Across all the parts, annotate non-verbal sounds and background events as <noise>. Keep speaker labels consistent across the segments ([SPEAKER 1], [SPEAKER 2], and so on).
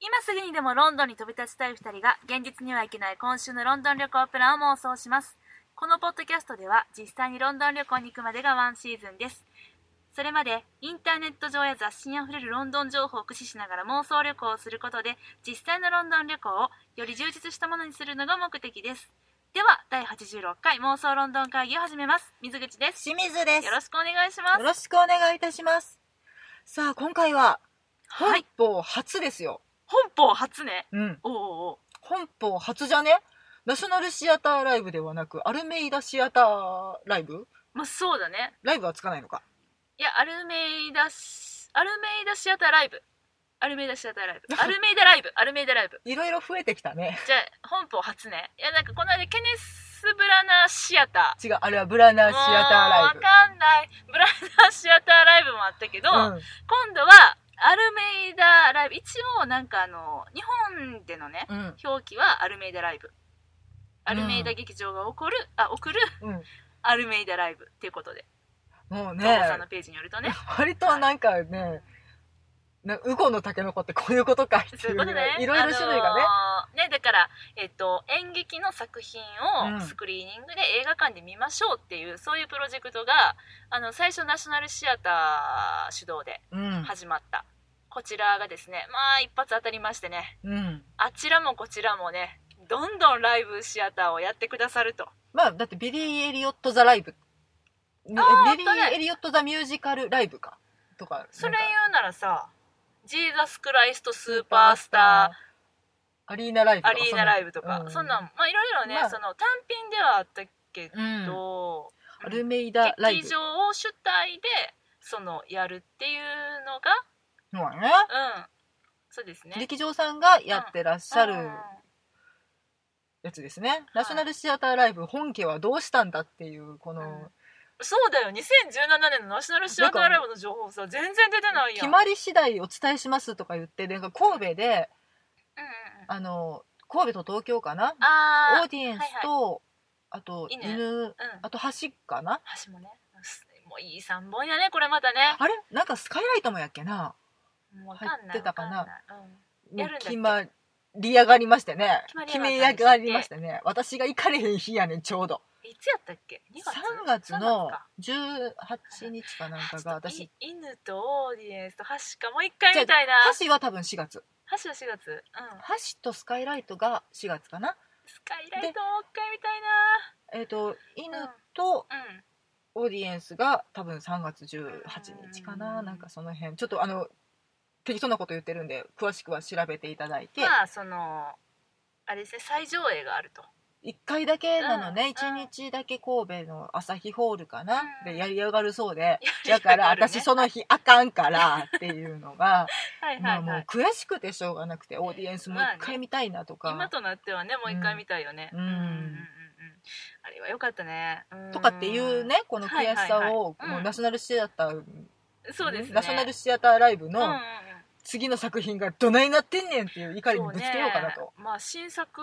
[SPEAKER 1] 今すぐにでもロンドンに飛び立ちたい2人が現実には行けない今週のロンドン旅行プランを妄想しますこのポッドキャストでは実際にロンドン旅行に行くまでがワンシーズンですそれまでインターネット上や雑誌にあふれるロンドン情報を駆使しながら妄想旅行をすることで実際のロンドン旅行をより充実したものにするのが目的ですでは第86回妄想ロンドン会議を始めます水口です
[SPEAKER 2] 清水です
[SPEAKER 1] よろしくお願いします
[SPEAKER 2] よろしくお願いいたしますさあ今回は本
[SPEAKER 1] はい
[SPEAKER 2] 邦初ですよ、
[SPEAKER 1] 本邦初ね
[SPEAKER 2] うん
[SPEAKER 1] おうおうおう
[SPEAKER 2] 本邦初じゃねナショナルシアターライブではなくアルメイダシアターライブ
[SPEAKER 1] まあそうだね
[SPEAKER 2] ライブはつかないのか
[SPEAKER 1] いや、アルメイダシ、アルメイダシアターライブ。アルメイダシアターラ
[SPEAKER 2] <laughs>
[SPEAKER 1] イブ。アルメイダライブ。アルメイダライブ。
[SPEAKER 2] いろいろ増えてきたね
[SPEAKER 1] じゃあ、本邦初ね。いや、なんかこの間、ケネス・ブラナーシアター。
[SPEAKER 2] 違うあれはブラナーシアターライ
[SPEAKER 1] もうわ
[SPEAKER 2] ブ
[SPEAKER 1] かんない。ブラナーシアターライブもあったけど、
[SPEAKER 2] うん
[SPEAKER 1] 今度は、アルメイダライブ。一応、なんかあの、日本でのね、
[SPEAKER 2] うん
[SPEAKER 1] 表記はアルメイダライブ。アルメイダ劇場が起こる、あ、送る
[SPEAKER 2] うん
[SPEAKER 1] アルメイダライブっていうことで、
[SPEAKER 2] もう
[SPEAKER 1] ト
[SPEAKER 2] ね
[SPEAKER 1] モさんのページによるとね。
[SPEAKER 2] 割となんかねなウコンのタケノコってこういうことかって
[SPEAKER 1] そう
[SPEAKER 2] い
[SPEAKER 1] いううことね。
[SPEAKER 2] いろいろ種類がね、
[SPEAKER 1] あのーねだから、えっと、演劇の作品を
[SPEAKER 2] うん
[SPEAKER 1] スクリーニングで映画館で見ましょうっていう、そういうプロジェクトがあの最初ナショナルシアター主導で始まった、こちらがですねまあ一発当たりましてね
[SPEAKER 2] うん、うん、
[SPEAKER 1] あちらもこちらもねどんどんライブシアターをやってくださると
[SPEAKER 2] まあ、だってビリー・エリオット・ザ・ライブ。ね
[SPEAKER 1] あー
[SPEAKER 2] ビリ
[SPEAKER 1] あった
[SPEAKER 2] ー・
[SPEAKER 1] ね
[SPEAKER 2] エリオット・ザ・ミュージカル・ライブか。とか。
[SPEAKER 1] それ
[SPEAKER 2] なん
[SPEAKER 1] 言
[SPEAKER 2] か
[SPEAKER 1] うならさジーザスクライストスーパースター
[SPEAKER 2] ー。アリーナライブとか。
[SPEAKER 1] アリーナライブとか、そんなんんまあいろいろね、
[SPEAKER 2] まあ
[SPEAKER 1] その単品ではあったけ
[SPEAKER 2] うん。うん
[SPEAKER 1] ど、
[SPEAKER 2] アルメイダライ
[SPEAKER 1] 劇
[SPEAKER 2] ブ。
[SPEAKER 1] 場を主体でそのやるっていうの
[SPEAKER 2] そうだね。
[SPEAKER 1] がうんそうですね
[SPEAKER 2] 劇場さんがやってらっしゃる
[SPEAKER 1] うん
[SPEAKER 2] やつですね。ナショナルシアターライブ、本家はどうしたんだっていう、この、
[SPEAKER 1] うんそうだよ2017年のナショナルシアターライブの情報さ全然出てないやん
[SPEAKER 2] 決まり次第お伝えしますとか言って、なんか神戸で、
[SPEAKER 1] うんうんうん
[SPEAKER 2] あの、神戸と東京かなオ
[SPEAKER 1] あ
[SPEAKER 2] ーディエンスと、あと
[SPEAKER 1] 犬
[SPEAKER 2] 犬、
[SPEAKER 1] あうん
[SPEAKER 2] あと橋かな
[SPEAKER 1] 橋もねもういい3本やねこれまたね
[SPEAKER 2] <laughs> あれなんかスカイライトもやっけな
[SPEAKER 1] もうわかんない
[SPEAKER 2] 入ってたかな
[SPEAKER 1] わんいうんやるんだっけ
[SPEAKER 2] 決まり上がりましてね
[SPEAKER 1] 決
[SPEAKER 2] 決
[SPEAKER 1] まり
[SPEAKER 2] め
[SPEAKER 1] 上がったんです
[SPEAKER 2] 上
[SPEAKER 1] ね
[SPEAKER 2] がりましてね私が行かれへん日やねんちょうど
[SPEAKER 1] いつやったっけ2月
[SPEAKER 2] 3月の
[SPEAKER 1] か
[SPEAKER 2] 18日かなんかが
[SPEAKER 1] ちょっ
[SPEAKER 2] 私
[SPEAKER 1] とい犬とオーディエンスと橋かもう一回みたいな
[SPEAKER 2] 橋は多分4月
[SPEAKER 1] 橋は4月うん
[SPEAKER 2] 橋とスカイライトが4月かな
[SPEAKER 1] スカイライトもう一回みたいな
[SPEAKER 2] えっ、と犬と
[SPEAKER 1] うん
[SPEAKER 2] オーディエンスが多分3月18日かな
[SPEAKER 1] うん
[SPEAKER 2] なんかその辺ちょっとあの適当なこと言ってるんで詳しくは調べていただいて
[SPEAKER 1] まあそのあれですね再上映があると
[SPEAKER 2] 1回だけなの
[SPEAKER 1] うん
[SPEAKER 2] ね1日だけ神戸の朝日ホールかな
[SPEAKER 1] うん
[SPEAKER 2] でやり上がるそうで
[SPEAKER 1] や
[SPEAKER 2] <laughs>
[SPEAKER 1] り上
[SPEAKER 2] だ
[SPEAKER 1] が
[SPEAKER 2] か
[SPEAKER 1] るね
[SPEAKER 2] ら私その日あかんからっていうのが
[SPEAKER 1] <laughs> はい
[SPEAKER 2] ま
[SPEAKER 1] は
[SPEAKER 2] あ
[SPEAKER 1] い
[SPEAKER 2] も
[SPEAKER 1] は
[SPEAKER 2] う
[SPEAKER 1] い
[SPEAKER 2] 悔しくてしょうがなくてオーディエンスもう一回見たいなと
[SPEAKER 1] 今
[SPEAKER 2] か
[SPEAKER 1] となってはねもう一回見たいよね
[SPEAKER 2] うん
[SPEAKER 1] うんうんうんうんあれは良かったねうん
[SPEAKER 2] とかっていうねこの悔しさを
[SPEAKER 1] はいはいはいうん
[SPEAKER 2] もうナショナルシアター
[SPEAKER 1] そうですね
[SPEAKER 2] ナショナルシアターライブ
[SPEAKER 1] うんうんう
[SPEAKER 2] の
[SPEAKER 1] ん
[SPEAKER 2] 次の作品がどないなってんねんっていう怒りにぶつけようかな
[SPEAKER 1] そ
[SPEAKER 2] と
[SPEAKER 1] ねまあ新作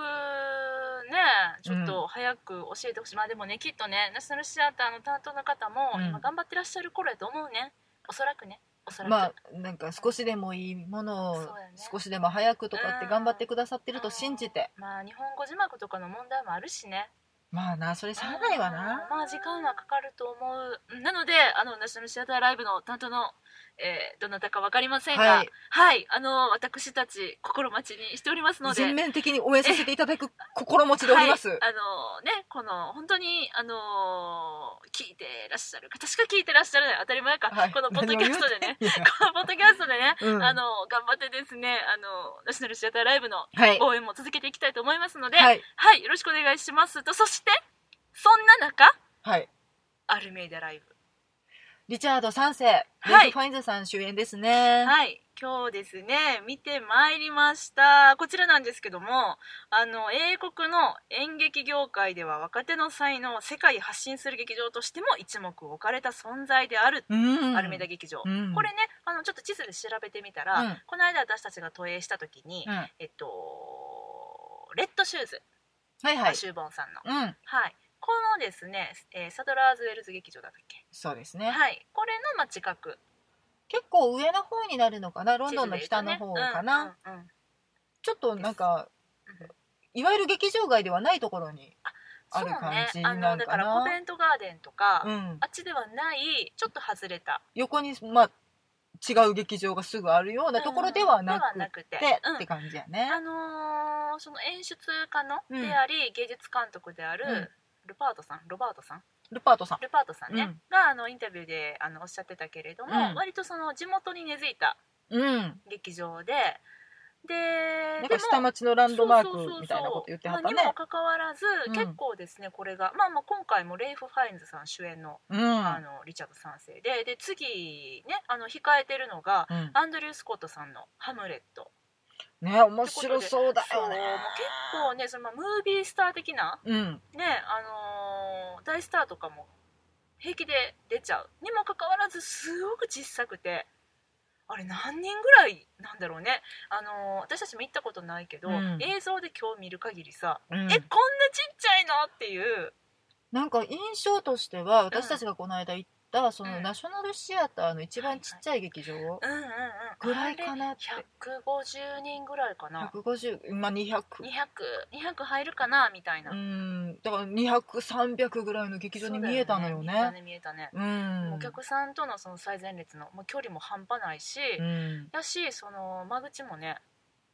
[SPEAKER 1] ねちょっと早く教えてほしい、まあでもねきっとねナショナルシアターの担当の方も
[SPEAKER 2] うん
[SPEAKER 1] 今頑張ってらっしゃる頃やと思うねおそらくねおそらく、
[SPEAKER 2] まあなんか少しでもいいもの
[SPEAKER 1] そう
[SPEAKER 2] を
[SPEAKER 1] だね
[SPEAKER 2] 少しでも早くとかって頑張ってくださってる
[SPEAKER 1] う
[SPEAKER 2] と
[SPEAKER 1] ん
[SPEAKER 2] 信じて
[SPEAKER 1] まあ日本語字幕とかの問題もあるしね
[SPEAKER 2] まあなそれしゃあないわな
[SPEAKER 1] うんまあ時間はかかると思うなのであのナショナルシアターライブの担当の、えーどなたか分かりませんがは
[SPEAKER 2] はいい、
[SPEAKER 1] あの私たち心待ちにしておりますので
[SPEAKER 2] 全面的に応援させていただく心持ちでおります、
[SPEAKER 1] はい、あのねこの本当にあのー聞いてらっしゃる方しか聞いてらっしゃらない当たり前か、
[SPEAKER 2] はい
[SPEAKER 1] このポッドキャストで
[SPEAKER 2] <laughs>
[SPEAKER 1] ね
[SPEAKER 2] 何を言うてんや
[SPEAKER 1] このポッドキャストでね、
[SPEAKER 2] うん
[SPEAKER 1] あの頑張ってですねあのナショナルシアターライブの
[SPEAKER 2] はい
[SPEAKER 1] 応援も続けていきたいと思いますので、
[SPEAKER 2] はい
[SPEAKER 1] はい、よろしくお願いしますとそしてそんな中
[SPEAKER 2] はい
[SPEAKER 1] アルメイダライ
[SPEAKER 2] リチャード三世レ
[SPEAKER 1] はい
[SPEAKER 2] イフ・ファインズさん主演ですね
[SPEAKER 1] ブはい今日ですね見てまいりましたこちらなんですけどもあの英国の演劇業界では若手の才能を世界へ発信する劇場としても一目置かれた存在である、
[SPEAKER 2] うん
[SPEAKER 1] アルメイダ劇場、
[SPEAKER 2] うん
[SPEAKER 1] これねあのちょっと地図で調べてみたら、
[SPEAKER 2] うん
[SPEAKER 1] この間私たちが投影した時に、
[SPEAKER 2] うんは
[SPEAKER 1] えっとレッドシューズ、
[SPEAKER 2] いはい
[SPEAKER 1] シューボンさんの
[SPEAKER 2] うん
[SPEAKER 1] はいこのですね、えーサドラーズウェルズ劇場だったっけ
[SPEAKER 2] そうですね、
[SPEAKER 1] はいこれのまあ近く
[SPEAKER 2] 結構上の方になるのかなロンドンの北の方か
[SPEAKER 1] 地図
[SPEAKER 2] な、
[SPEAKER 1] で言うとねうんうんうん
[SPEAKER 2] ちょっとなんかいわゆる劇場街ではないところにあ
[SPEAKER 1] そう
[SPEAKER 2] る感
[SPEAKER 1] ね
[SPEAKER 2] じ
[SPEAKER 1] あ
[SPEAKER 2] な
[SPEAKER 1] の
[SPEAKER 2] ん
[SPEAKER 1] だ
[SPEAKER 2] か
[SPEAKER 1] から
[SPEAKER 2] な
[SPEAKER 1] コベントガーデンとか、
[SPEAKER 2] うん
[SPEAKER 1] あっちではないちょっと外れた
[SPEAKER 2] 横にまあ違う劇場がすぐあるようなところではなく
[SPEAKER 1] ではなくて
[SPEAKER 2] て
[SPEAKER 1] うん
[SPEAKER 2] って感じやね
[SPEAKER 1] あのーその演出家の
[SPEAKER 2] うん
[SPEAKER 1] であり、芸術監督である、
[SPEAKER 2] うん
[SPEAKER 1] ルパートさんロバートさん
[SPEAKER 2] ルパートさん
[SPEAKER 1] ルパートさんね、
[SPEAKER 2] うん
[SPEAKER 1] があのインタビューであのおっしゃってたけれども、
[SPEAKER 2] うん
[SPEAKER 1] 割とその地元に根付いた
[SPEAKER 2] うん
[SPEAKER 1] 劇場でで
[SPEAKER 2] なん
[SPEAKER 1] で
[SPEAKER 2] か
[SPEAKER 1] も
[SPEAKER 2] 下町のランドマー
[SPEAKER 1] そうそうそうそう
[SPEAKER 2] クみたいなこと言ってはった
[SPEAKER 1] まあにも
[SPEAKER 2] ね
[SPEAKER 1] かかわらず、
[SPEAKER 2] うん
[SPEAKER 1] 結構ですねこれが、まあ、まあ今回もレイフ・ファインズさん主演の,、
[SPEAKER 2] うん
[SPEAKER 1] あのリチャード三世でで次ねあの控えてるのが
[SPEAKER 2] うん
[SPEAKER 1] アンドリュー・スコットさんの「ハムレット」
[SPEAKER 2] ね面白そうだ
[SPEAKER 1] そうも
[SPEAKER 2] よ
[SPEAKER 1] う
[SPEAKER 2] ね
[SPEAKER 1] 結構ねそのまあムービースター的な
[SPEAKER 2] うん
[SPEAKER 1] ねあのー大スターとかも平気で出ちゃうにもかかわらずすごく小さくてあれ何人ぐらいなんだろうね、あのー私たちも行ったことないけど、
[SPEAKER 2] うん
[SPEAKER 1] 映像で今日見る限りさ、
[SPEAKER 2] う
[SPEAKER 1] え
[SPEAKER 2] ん
[SPEAKER 1] こんなちっちゃいのっていう
[SPEAKER 2] なんか印象としては私たちがこの間行ったその
[SPEAKER 1] うん
[SPEAKER 2] ナショナルシアターの一番ちっちゃい劇場
[SPEAKER 1] うんうんうん
[SPEAKER 2] ぐらいか
[SPEAKER 1] な
[SPEAKER 2] なって
[SPEAKER 1] 150人ぐらいかな
[SPEAKER 2] 150まあ200
[SPEAKER 1] 200200入るかなみたいな、
[SPEAKER 2] うんだから200300ぐらいの劇場に見えたのよ
[SPEAKER 1] そうだ
[SPEAKER 2] ね
[SPEAKER 1] 見えたね見えたね
[SPEAKER 2] うん
[SPEAKER 1] お客さんとのその最前列のもう距離も半端ないし、
[SPEAKER 2] うん
[SPEAKER 1] やしその間口もね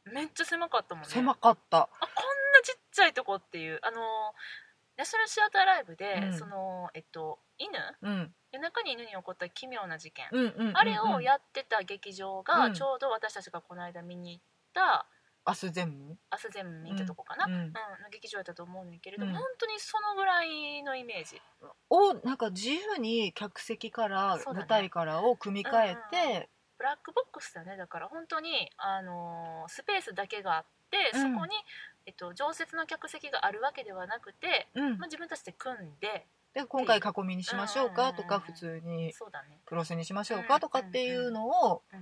[SPEAKER 1] めっちゃ狭かったもんね
[SPEAKER 2] 狭かった
[SPEAKER 1] あこんなちっちゃいとこっていうあのナショナルシアターライブで、
[SPEAKER 2] うん
[SPEAKER 1] そのえっと犬
[SPEAKER 2] うん
[SPEAKER 1] 夜中に犬に起こった奇妙な事件、
[SPEAKER 2] うんうんうんうん
[SPEAKER 1] あれをやってた劇場が、
[SPEAKER 2] うん
[SPEAKER 1] ちょうど私たちがこの間見に行った
[SPEAKER 2] 明日全部
[SPEAKER 1] 「明日全部見たとこかな」うん
[SPEAKER 2] うん
[SPEAKER 1] の劇場やったと思うんだけれども、
[SPEAKER 2] うん
[SPEAKER 1] 本当にそのぐらいのイメージ
[SPEAKER 2] をなんか自由に客席から
[SPEAKER 1] そうだね
[SPEAKER 2] 舞台からを組み替えて
[SPEAKER 1] ブラックボックスだねだから本当にあのースペースだけがあって、
[SPEAKER 2] うん
[SPEAKER 1] そこに、えっと、常設の客席があるわけではなくて、
[SPEAKER 2] うん
[SPEAKER 1] まあ、自分たちで組んで
[SPEAKER 2] で今回囲みにしましょうかと
[SPEAKER 1] う
[SPEAKER 2] か
[SPEAKER 1] ん
[SPEAKER 2] 普通に
[SPEAKER 1] そうだね
[SPEAKER 2] クロスにしましょうかとかっていうのを
[SPEAKER 1] うん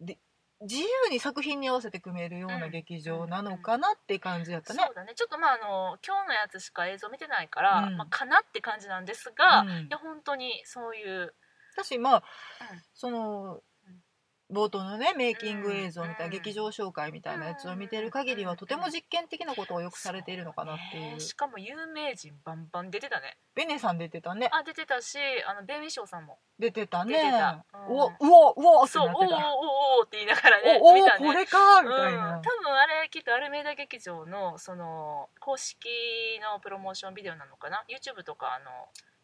[SPEAKER 1] うん
[SPEAKER 2] で自由に作品に合わせて組めるような劇場なのかなって感じやった
[SPEAKER 1] そう
[SPEAKER 2] ね。
[SPEAKER 1] だねちょっとまああの今日のやつしか映像見てないから、
[SPEAKER 2] うん
[SPEAKER 1] まあ、かなって感じなんですが、
[SPEAKER 2] うん
[SPEAKER 1] いや本当にそういう
[SPEAKER 2] 私まあ
[SPEAKER 1] うん
[SPEAKER 2] その
[SPEAKER 1] うん
[SPEAKER 2] 冒頭のねメイキング映像みたいな
[SPEAKER 1] うん
[SPEAKER 2] 劇場紹介みたいなやつを見てる限り
[SPEAKER 1] う
[SPEAKER 2] は
[SPEAKER 1] ん
[SPEAKER 2] とても実験的なことをよくされているのかなってい
[SPEAKER 1] ね
[SPEAKER 2] う
[SPEAKER 1] しかも有名人バンバン出てたね
[SPEAKER 2] ベネさん出てたね
[SPEAKER 1] あ出てたしあのベン・ミショーさんも
[SPEAKER 2] 出てた
[SPEAKER 1] 出て
[SPEAKER 2] ね
[SPEAKER 1] たうん
[SPEAKER 2] うおうおうおうって
[SPEAKER 1] そう
[SPEAKER 2] な
[SPEAKER 1] おーおーお
[SPEAKER 2] っ
[SPEAKER 1] ーお
[SPEAKER 2] てた
[SPEAKER 1] ーって言いながらね
[SPEAKER 2] おお
[SPEAKER 1] 見たね
[SPEAKER 2] これかみ
[SPEAKER 1] うん、多
[SPEAKER 2] たい
[SPEAKER 1] 分
[SPEAKER 2] な
[SPEAKER 1] あれきっとアルメイダ劇場のその公式のプロモーションビデオなのかな YouTube とかあの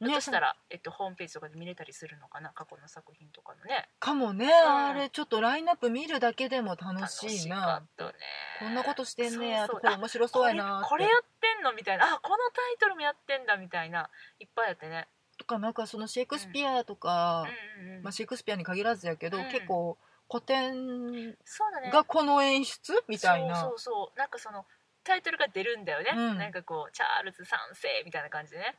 [SPEAKER 1] ひょっとした
[SPEAKER 2] ね
[SPEAKER 1] ら、えっと、ホームページとかで見れたりするのかな過去の作品とかのね
[SPEAKER 2] かもね
[SPEAKER 1] ん
[SPEAKER 2] あれちょっとラインナップ見るだけでも楽
[SPEAKER 1] 楽
[SPEAKER 2] しい
[SPEAKER 1] し
[SPEAKER 2] な
[SPEAKER 1] かったね
[SPEAKER 2] こんなことしてんねや
[SPEAKER 1] そ
[SPEAKER 2] と
[SPEAKER 1] う
[SPEAKER 2] こ
[SPEAKER 1] そう
[SPEAKER 2] れ面白そうやな
[SPEAKER 1] これこれ
[SPEAKER 2] っ
[SPEAKER 1] や
[SPEAKER 2] て
[SPEAKER 1] ってんのみたいなあこのタイトルもやってんだみたいないっぱいやってね
[SPEAKER 2] とかなんかそのシェイクスピアとか、
[SPEAKER 1] うんうんうん、
[SPEAKER 2] まあ、シェイクスピアに限らずやけど、
[SPEAKER 1] うん
[SPEAKER 2] 結構古典
[SPEAKER 1] そうだね
[SPEAKER 2] がこの演出みたいな
[SPEAKER 1] そうそうそうなんかそのタイトルが出るんだよね、
[SPEAKER 2] うん
[SPEAKER 1] なんかこうチャールズ三世みたいな感じでね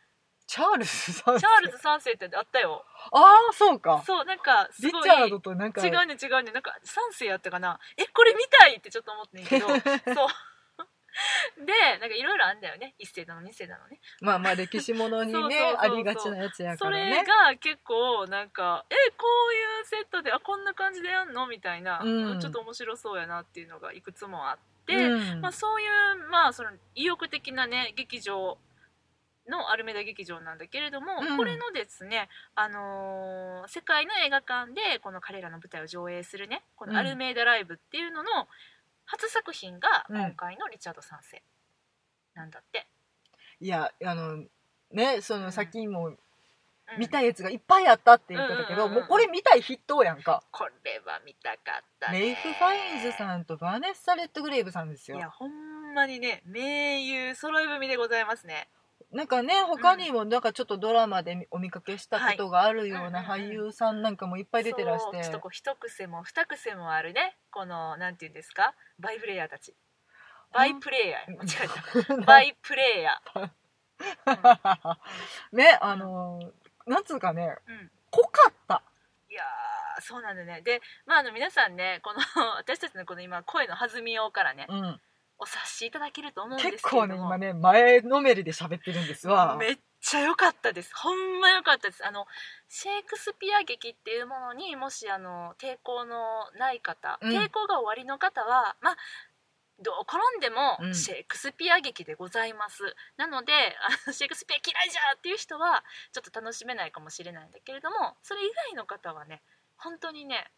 [SPEAKER 2] チャールズさん
[SPEAKER 1] チャールズ三世ってあったよ
[SPEAKER 2] ああそうか
[SPEAKER 1] そうなんかす
[SPEAKER 2] リチ
[SPEAKER 1] ごい
[SPEAKER 2] ャードとなんか
[SPEAKER 1] 違うね違うねなんか3世やったかなえこれ見たいってちょっと思ってん
[SPEAKER 2] <laughs>
[SPEAKER 1] けどそう <laughs> でなんかいろいろあんだよね1世だの2世だのね
[SPEAKER 2] まあまあ歴史ものにね
[SPEAKER 1] そうそうそうそう
[SPEAKER 2] ありがちなやつやか
[SPEAKER 1] そ
[SPEAKER 2] ら
[SPEAKER 1] れ
[SPEAKER 2] ね
[SPEAKER 1] が結構なんかえこういうセットであこんな感じでやんのみたいな、
[SPEAKER 2] うん
[SPEAKER 1] ちょっと面白そうやなっていうのがいくつもあって、
[SPEAKER 2] うん
[SPEAKER 1] まあ、そういう、まあ、その意欲的なね劇場のアルメダ劇場なんだけれども、
[SPEAKER 2] うん
[SPEAKER 1] これのですね、あのー世界の映画館でこの彼らの舞台を上映するねこ
[SPEAKER 2] うん
[SPEAKER 1] のアルメイダライブっていうのの初作品が
[SPEAKER 2] うん
[SPEAKER 1] 今回のリチャード三世なんだって、
[SPEAKER 2] いやあのねそうの
[SPEAKER 1] ん
[SPEAKER 2] 先にも
[SPEAKER 1] うん
[SPEAKER 2] 見たいやつがいっぱいあったって言ってたけど、
[SPEAKER 1] うんうんうんうん
[SPEAKER 2] もうこれ見たい筆頭やんか
[SPEAKER 1] これは見たかったね
[SPEAKER 2] レイフ・ファインズさんとバーネッサ・レッドグレイブさんです
[SPEAKER 1] いや
[SPEAKER 2] よ
[SPEAKER 1] ほんまにね名優揃い踏みでございますね
[SPEAKER 2] なんかね他にもなんかちょっとドラマでお見かけしたことがあるような
[SPEAKER 1] はいうんうんうん
[SPEAKER 2] 俳優さんなんかもいっぱい出てらし
[SPEAKER 1] そうちょってとこう一癖も二癖もあるねこのなんていうんですかバイプレイヤーたちバイプレイヤーや間違
[SPEAKER 2] <laughs>
[SPEAKER 1] えたバイプレイヤー
[SPEAKER 2] ねあのなんつうかね
[SPEAKER 1] うん
[SPEAKER 2] 濃かった
[SPEAKER 1] いやーそうなんだねでまああの皆さんねこの <laughs> 私たちのこの今声の弾みようからね
[SPEAKER 2] うん
[SPEAKER 1] お察しいただけると思うんですけれ
[SPEAKER 2] 結
[SPEAKER 1] ども
[SPEAKER 2] 構ね今ね前のめりで喋ってるんですわ
[SPEAKER 1] めっちゃ良かったですほんま良かったですあのシェイクスピア劇っていうものにもしあの抵抗のない方、
[SPEAKER 2] うん
[SPEAKER 1] 抵抗がおありの方はまあどう転んでも
[SPEAKER 2] うん
[SPEAKER 1] シェイクスピア劇でございます、なのであのシェイクスピア嫌いじゃーっていう人はちょっと楽しめないかもしれないんだけれどもそれ以外の方はね本当にね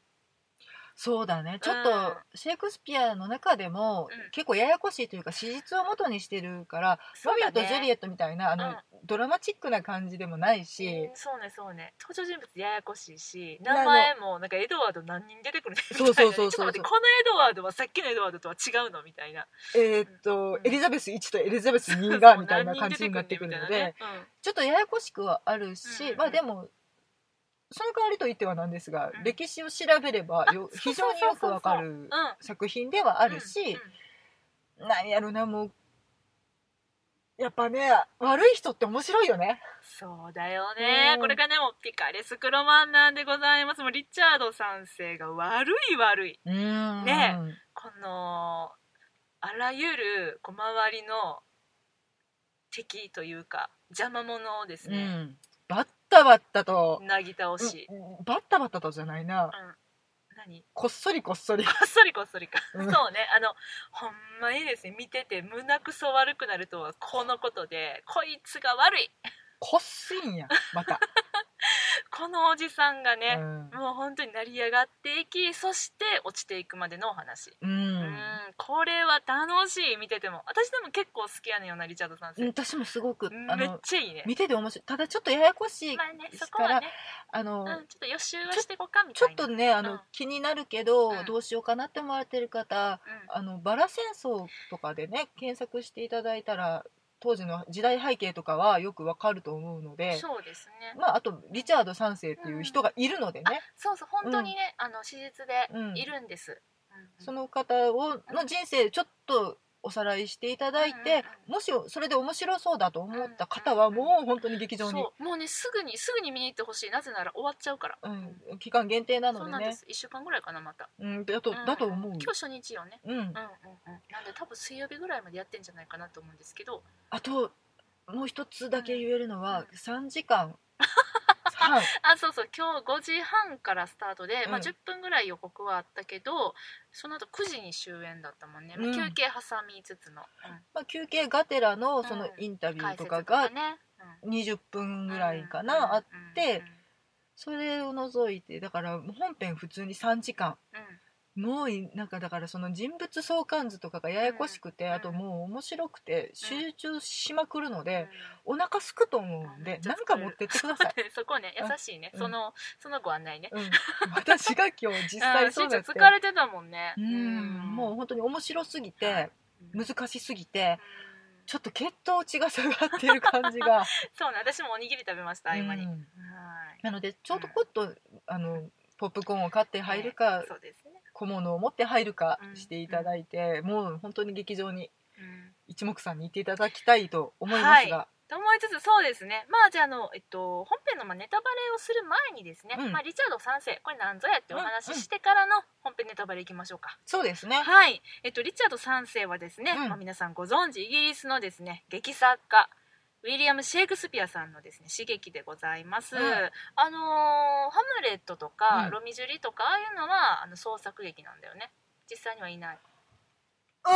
[SPEAKER 2] そうだねちょっ
[SPEAKER 1] う
[SPEAKER 2] とシェイクスピアの中でも
[SPEAKER 1] うん
[SPEAKER 2] 結構ややこしいというか史実を元にしてるからロミオとジュリエ
[SPEAKER 1] エ
[SPEAKER 2] ットみたいなあの、
[SPEAKER 1] うん
[SPEAKER 2] ドラマチックな感じでもないし、
[SPEAKER 1] そうねそうね登場人物ややこしいし
[SPEAKER 2] な
[SPEAKER 1] 名前もなんかエドワード何人出てくるねみたいなね
[SPEAKER 2] そうそうそうそう
[SPEAKER 1] <laughs> ちょっと待ってこのエドワードはさっきのエドワードとは違うのみたいな
[SPEAKER 2] えーっと、
[SPEAKER 1] うん
[SPEAKER 2] エリザベス1とエリザベス2が
[SPEAKER 1] <laughs> そう
[SPEAKER 2] みたいな感じになってくるので、
[SPEAKER 1] 何人出てくんねんみたいなね
[SPEAKER 2] ちょっとややこしくはあるし、
[SPEAKER 1] うんうん
[SPEAKER 2] まあでもその代わりと言ってはなんですが、
[SPEAKER 1] うん
[SPEAKER 2] 歴史を調べればよ
[SPEAKER 1] あそう
[SPEAKER 2] 非
[SPEAKER 1] そうそうそう
[SPEAKER 2] 常によくわかる
[SPEAKER 1] うんうん
[SPEAKER 2] 作品ではあるし、
[SPEAKER 1] うんうん
[SPEAKER 2] なんやろなもうやっぱね悪い人って面白いよね
[SPEAKER 1] そうだよね、
[SPEAKER 2] うん
[SPEAKER 1] これがねもうピカレスクロマンなんでございますもうリチャード三世が悪い悪い
[SPEAKER 2] うん
[SPEAKER 1] ねこのあらゆるこう周りの敵というか邪魔者をです
[SPEAKER 2] う
[SPEAKER 1] ね、
[SPEAKER 2] ん、バッタバッタと、
[SPEAKER 1] なぎ倒し、
[SPEAKER 2] うんバッタバッタとじゃないな
[SPEAKER 1] 何
[SPEAKER 2] こっそりこっそり
[SPEAKER 1] こっそりこっそりか、
[SPEAKER 2] うん
[SPEAKER 1] そうねあのほんまにですね見てて胸くそ悪くなるとはこのことでこいつが悪い
[SPEAKER 2] こっすいんやまた、
[SPEAKER 1] このおじさんが <laughs>
[SPEAKER 2] う
[SPEAKER 1] ね、
[SPEAKER 2] ん
[SPEAKER 1] もう本当に成り上がっていきそして落ちていくまでのお話
[SPEAKER 2] うん
[SPEAKER 1] うん、これは楽しい見てても私でも結構好きやねんよなリチャードさん
[SPEAKER 2] うん私もすごくあ
[SPEAKER 1] めっ
[SPEAKER 2] の
[SPEAKER 1] ちゃいいね
[SPEAKER 2] 見てて面白いただちょっとややこしい、
[SPEAKER 1] まあねそこはね、
[SPEAKER 2] あ
[SPEAKER 1] う
[SPEAKER 2] の、
[SPEAKER 1] ん、ちょっと予習はしていこうかみ
[SPEAKER 2] ち
[SPEAKER 1] た
[SPEAKER 2] ょ
[SPEAKER 1] い
[SPEAKER 2] っ
[SPEAKER 1] な
[SPEAKER 2] とねあの、
[SPEAKER 1] うん
[SPEAKER 2] 気になるけど、
[SPEAKER 1] うん
[SPEAKER 2] どうしようかなって思われてる方あのバラ戦争とかでね検索していただいたら当時の時代背景とかはよくわかると思うの
[SPEAKER 1] うん、
[SPEAKER 2] で、
[SPEAKER 1] そうですね、
[SPEAKER 2] まあ、あとリチャード3世っていう人がいるのでね、
[SPEAKER 1] そうそう本当にね、あの史実
[SPEAKER 2] うん
[SPEAKER 1] でいるんです、うん
[SPEAKER 2] その方をの人生ちょっとおさらいしていただい
[SPEAKER 1] うんうん
[SPEAKER 2] て、もしそれで面白そうだと思った方はもう本当に劇場に、
[SPEAKER 1] そうもうねすぐにすぐに見に行ってほしいなぜなら終わっちゃうから、
[SPEAKER 2] うん、期間限定な
[SPEAKER 1] そ
[SPEAKER 2] の
[SPEAKER 1] う
[SPEAKER 2] で
[SPEAKER 1] なんで
[SPEAKER 2] ね
[SPEAKER 1] す1週間ぐらいかなまた
[SPEAKER 2] うんだと
[SPEAKER 1] ん
[SPEAKER 2] だと思う
[SPEAKER 1] 今、日初日よね
[SPEAKER 2] うん
[SPEAKER 1] うん、うんうんなんで多分水曜日ぐらいまでやってんじゃないかなと思うんですけど
[SPEAKER 2] あともう一つだけ言えるのは
[SPEAKER 1] う
[SPEAKER 2] 3時間
[SPEAKER 1] <laughs>
[SPEAKER 2] 半
[SPEAKER 1] あそうそう今日5時半からスタートで、ま
[SPEAKER 2] う
[SPEAKER 1] あ、
[SPEAKER 2] ん
[SPEAKER 1] 10分ぐらい予告はあったけどその後9時に終演だったもんね、まあ
[SPEAKER 2] うん
[SPEAKER 1] 休憩挟みつつの、
[SPEAKER 2] まあ、休憩がてらのその
[SPEAKER 1] うん
[SPEAKER 2] インタ
[SPEAKER 1] う
[SPEAKER 2] ビ
[SPEAKER 1] ん、
[SPEAKER 2] ュー
[SPEAKER 1] 解
[SPEAKER 2] と
[SPEAKER 1] 説
[SPEAKER 2] か
[SPEAKER 1] とか
[SPEAKER 2] が
[SPEAKER 1] ね、
[SPEAKER 2] 20分
[SPEAKER 1] うん
[SPEAKER 2] ぐらいか
[SPEAKER 1] うん
[SPEAKER 2] なあて
[SPEAKER 1] うん
[SPEAKER 2] それを除いてだから本編普通に3時間
[SPEAKER 1] うん
[SPEAKER 2] もういなんかだからその人物相関図とかがややこしく
[SPEAKER 1] う
[SPEAKER 2] て、
[SPEAKER 1] ん
[SPEAKER 2] あともう面白くて集中しまくるの
[SPEAKER 1] うん
[SPEAKER 2] で、お腹すくと思うんで、なんか持ってってください、
[SPEAKER 1] い <laughs> そこね優しいね、
[SPEAKER 2] うん
[SPEAKER 1] そのそのご案内ね
[SPEAKER 2] うん、私が今日実
[SPEAKER 1] あ
[SPEAKER 2] 際
[SPEAKER 1] ーし
[SPEAKER 2] そ
[SPEAKER 1] ー
[SPEAKER 2] う
[SPEAKER 1] ちゃ
[SPEAKER 2] だ
[SPEAKER 1] ん
[SPEAKER 2] って
[SPEAKER 1] 疲れてたもんね
[SPEAKER 2] うんもう本当に面白すぎて
[SPEAKER 1] うん
[SPEAKER 2] 難しすぎて
[SPEAKER 1] うん
[SPEAKER 2] ちょっと血糖値が下がってる感じ
[SPEAKER 1] <laughs>
[SPEAKER 2] が
[SPEAKER 1] そうね私もおにぎり食べました合間に、
[SPEAKER 2] う
[SPEAKER 1] は
[SPEAKER 2] んなのでちょっとこっと、あのポップコーンを買って
[SPEAKER 1] い
[SPEAKER 2] 入るか、
[SPEAKER 1] そうですね、
[SPEAKER 2] 小物を持って入るか
[SPEAKER 1] うん
[SPEAKER 2] していただいて、もう本当に劇場に
[SPEAKER 1] うん
[SPEAKER 2] 一目散に行っていただきたいと思いますが、
[SPEAKER 1] と思いつつそうですねまあじゃああの、えっと、本編のまあネタバレをする前にですね、
[SPEAKER 2] うん
[SPEAKER 1] まあ、リチャード3世これなんぞやってお話ししてからの本編ネタバレいきましょうか、
[SPEAKER 2] そうですね
[SPEAKER 1] はい、えっと、リチャード3世はですね、
[SPEAKER 2] うん
[SPEAKER 1] まあ、皆さんご存知イギリスのですね劇作家ウィリアム・シェイクスピアさんのですね刺激でございます、
[SPEAKER 2] うん
[SPEAKER 1] あのーハムレット」とか、
[SPEAKER 2] うん
[SPEAKER 1] ロミジュリ」とかああいうのはあの創作劇なんだよね実際にはいない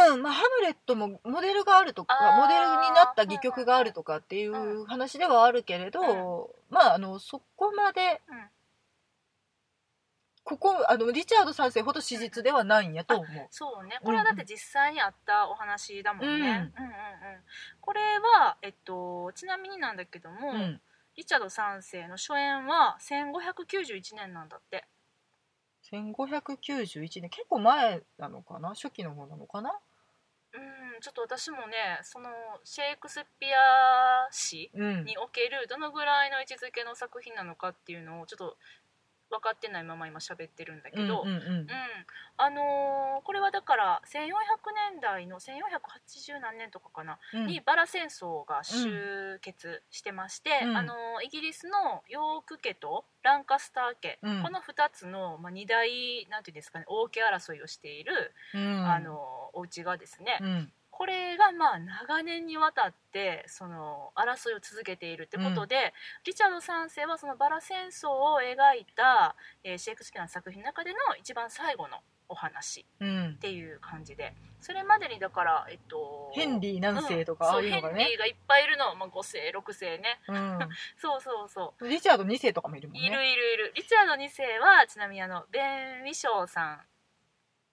[SPEAKER 2] うんまあ、ハムレットもモデルがあるとか
[SPEAKER 1] あー
[SPEAKER 2] モデルになった戯曲があるとかっていう話ではあるけれど、まああのそこまで、
[SPEAKER 1] うん
[SPEAKER 2] ここあのリチャード三世ほど史実ではないんやと思う。
[SPEAKER 1] そうねこれはだって実際にあったお話だもんね、
[SPEAKER 2] うん
[SPEAKER 1] うんうんうんこれは、えっと、ちなみになんだけども、
[SPEAKER 2] うん
[SPEAKER 1] リチャード3世の初演は1591年なんだって
[SPEAKER 2] 1591年結構前なのかな初期の方なのかな
[SPEAKER 1] うんちょっと私もねそのシェイクスピア史
[SPEAKER 2] うん
[SPEAKER 1] におけるどのぐらいの位置づけの作品なのかっていうのをちょっと分かってないまま今喋ってるんだけど、
[SPEAKER 2] うんうんうん
[SPEAKER 1] うん、あのーこれはだから1400年代の1480何年とかかな
[SPEAKER 2] うん
[SPEAKER 1] にバラ戦争が終結してまして、
[SPEAKER 2] うん
[SPEAKER 1] あのイギリスのヨーク家とランカスター家、
[SPEAKER 2] うん
[SPEAKER 1] この2つの、まあ、2大なんていうんですかね王家争いをしている、
[SPEAKER 2] うん
[SPEAKER 1] あのお家がですね、
[SPEAKER 2] うん
[SPEAKER 1] これがまあ長年にわたってその争いを続けているってことで、リチャード3世はそのバラ戦争を描いた、えーシェイクスピアの作品の中での一番最後のお話
[SPEAKER 2] うん
[SPEAKER 1] っ、ていう感じでそれまでにだからえっと
[SPEAKER 2] ヘン
[SPEAKER 1] リ
[SPEAKER 2] リー何世とかああ
[SPEAKER 1] そう
[SPEAKER 2] い
[SPEAKER 1] ヘ
[SPEAKER 2] う
[SPEAKER 1] ン
[SPEAKER 2] のが
[SPEAKER 1] リ
[SPEAKER 2] ね、
[SPEAKER 1] ーがいっぱいいるの、まあ、5世6世ね
[SPEAKER 2] う
[SPEAKER 1] そうそうそ
[SPEAKER 2] ん、リチャード2世とかもいるも
[SPEAKER 1] うんい
[SPEAKER 2] ね
[SPEAKER 1] るいるいるリチャード2世はちなみにあのベン・ウィショーさん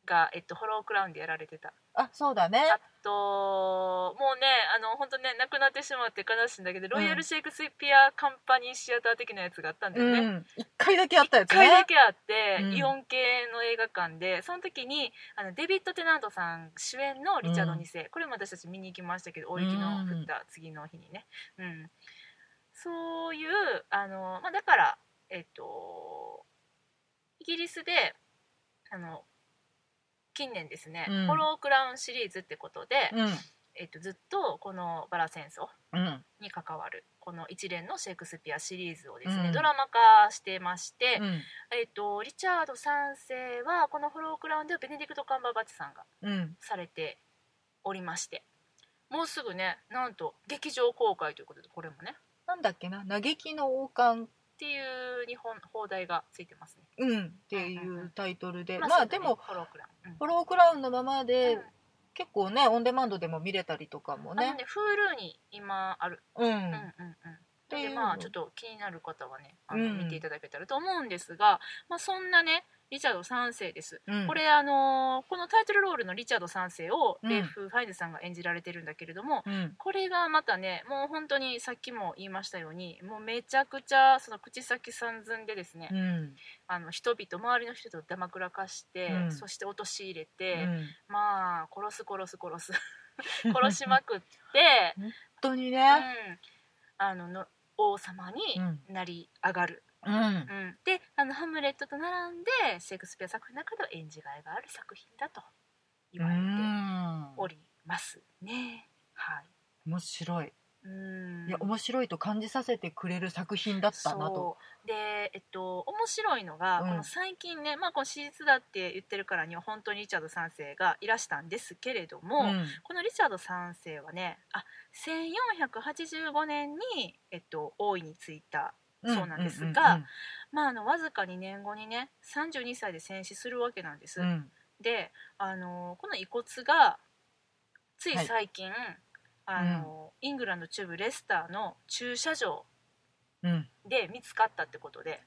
[SPEAKER 1] が、えっと、ホロークラウンでやられてた
[SPEAKER 2] あそうだね
[SPEAKER 1] あともうねあの本当ね亡くなってしまって悲しいんだけど、ロイヤル・シェイクスピア・カンパニー・シアター的なやつがあったんだ
[SPEAKER 2] う
[SPEAKER 1] よね、
[SPEAKER 2] ん1回だけあったや
[SPEAKER 1] 一
[SPEAKER 2] つ
[SPEAKER 1] 回だ
[SPEAKER 2] ね
[SPEAKER 1] けあって、
[SPEAKER 2] うん
[SPEAKER 1] イオン系の映画館でその時にあのデビッド・テナントさん主演の「リチャード2世」これも私たち見に行きましたけど大雪の降った次の日にね、うん、そういうあの、まあ、だからえっとイギリスであの近年ですね「
[SPEAKER 2] うん
[SPEAKER 1] ホロークラウン」シリーズってことで、
[SPEAKER 2] うん
[SPEAKER 1] えっと、ずっとこのバラ戦争
[SPEAKER 2] うん
[SPEAKER 1] に関わるこの一連のシェイクスピアシリーズをですね、
[SPEAKER 2] うん
[SPEAKER 1] ドラマ化してまして、
[SPEAKER 2] うん
[SPEAKER 1] えっとリチャード3世はこの「フロークラウン」ではベネディクト・カンバーバッチさんが
[SPEAKER 2] うん
[SPEAKER 1] されておりましてもうすぐねなんと劇場公開ということでこれもね
[SPEAKER 2] なんだっけな嘆きの王
[SPEAKER 1] っ
[SPEAKER 2] 冠
[SPEAKER 1] ていう日本放題がついてますね。
[SPEAKER 2] うんっていうタイトルで、まあ、
[SPEAKER 1] そうだね
[SPEAKER 2] でも
[SPEAKER 1] フロークラウン、うん
[SPEAKER 2] フォロークラウンのままで、
[SPEAKER 1] うん
[SPEAKER 2] 結構ねオンデマンドでも見れたりとかも
[SPEAKER 1] あの
[SPEAKER 2] ね
[SPEAKER 1] ね Hulu に今ある、
[SPEAKER 2] うん、
[SPEAKER 1] うん、うんうん
[SPEAKER 2] ていう
[SPEAKER 1] で
[SPEAKER 2] の
[SPEAKER 1] まあちょっと気になる方はねあの、
[SPEAKER 2] うん
[SPEAKER 1] 見ていただけたらと思うんですが、まあ、そんなねリチャード3世です
[SPEAKER 2] うん
[SPEAKER 1] これあのーこのタイトルロールのリチャード3世を
[SPEAKER 2] うん
[SPEAKER 1] レイフ・ファイズさんが演じられてるんだけれども、
[SPEAKER 2] うん
[SPEAKER 1] これがまたねもう本当にさっきも言いましたようにもうめちゃくちゃその口先さんずんでですね、
[SPEAKER 2] うん
[SPEAKER 1] あの人々周りの人々をだまくらかして、
[SPEAKER 2] うん
[SPEAKER 1] そして陥れ
[SPEAKER 2] う
[SPEAKER 1] て、
[SPEAKER 2] ん
[SPEAKER 1] まあ殺す殺す
[SPEAKER 2] <laughs>
[SPEAKER 1] 殺す殺しまくって、
[SPEAKER 2] 本当に
[SPEAKER 1] うん
[SPEAKER 2] ね、
[SPEAKER 1] あのの王様に
[SPEAKER 2] うん
[SPEAKER 1] なり上がる、
[SPEAKER 2] うん
[SPEAKER 1] うんであのハムレットと並んでシェイクスピア作品の中では演じがいがある作品だと言われておりますね。はい
[SPEAKER 2] 面白い
[SPEAKER 1] うん
[SPEAKER 2] いや面白いと感じさせてくれる作品だったなと
[SPEAKER 1] そうでえっと面白いのが、
[SPEAKER 2] うん
[SPEAKER 1] この最近ね、まあ、この史実だって言ってるからには本当にリチャード3世がいらしたんですけれども、
[SPEAKER 2] うん
[SPEAKER 1] このリチャード3世はねあ1485年に、えっと、王位に就いた、そうなんですがまあ、あのわずか2年後にね32歳で戦死するわけなんです。
[SPEAKER 2] うんうん
[SPEAKER 1] で、あのこの遺骨がつい最近、あのイングランド中部レスターの駐車場
[SPEAKER 2] うんうん
[SPEAKER 1] で見つかったってことで、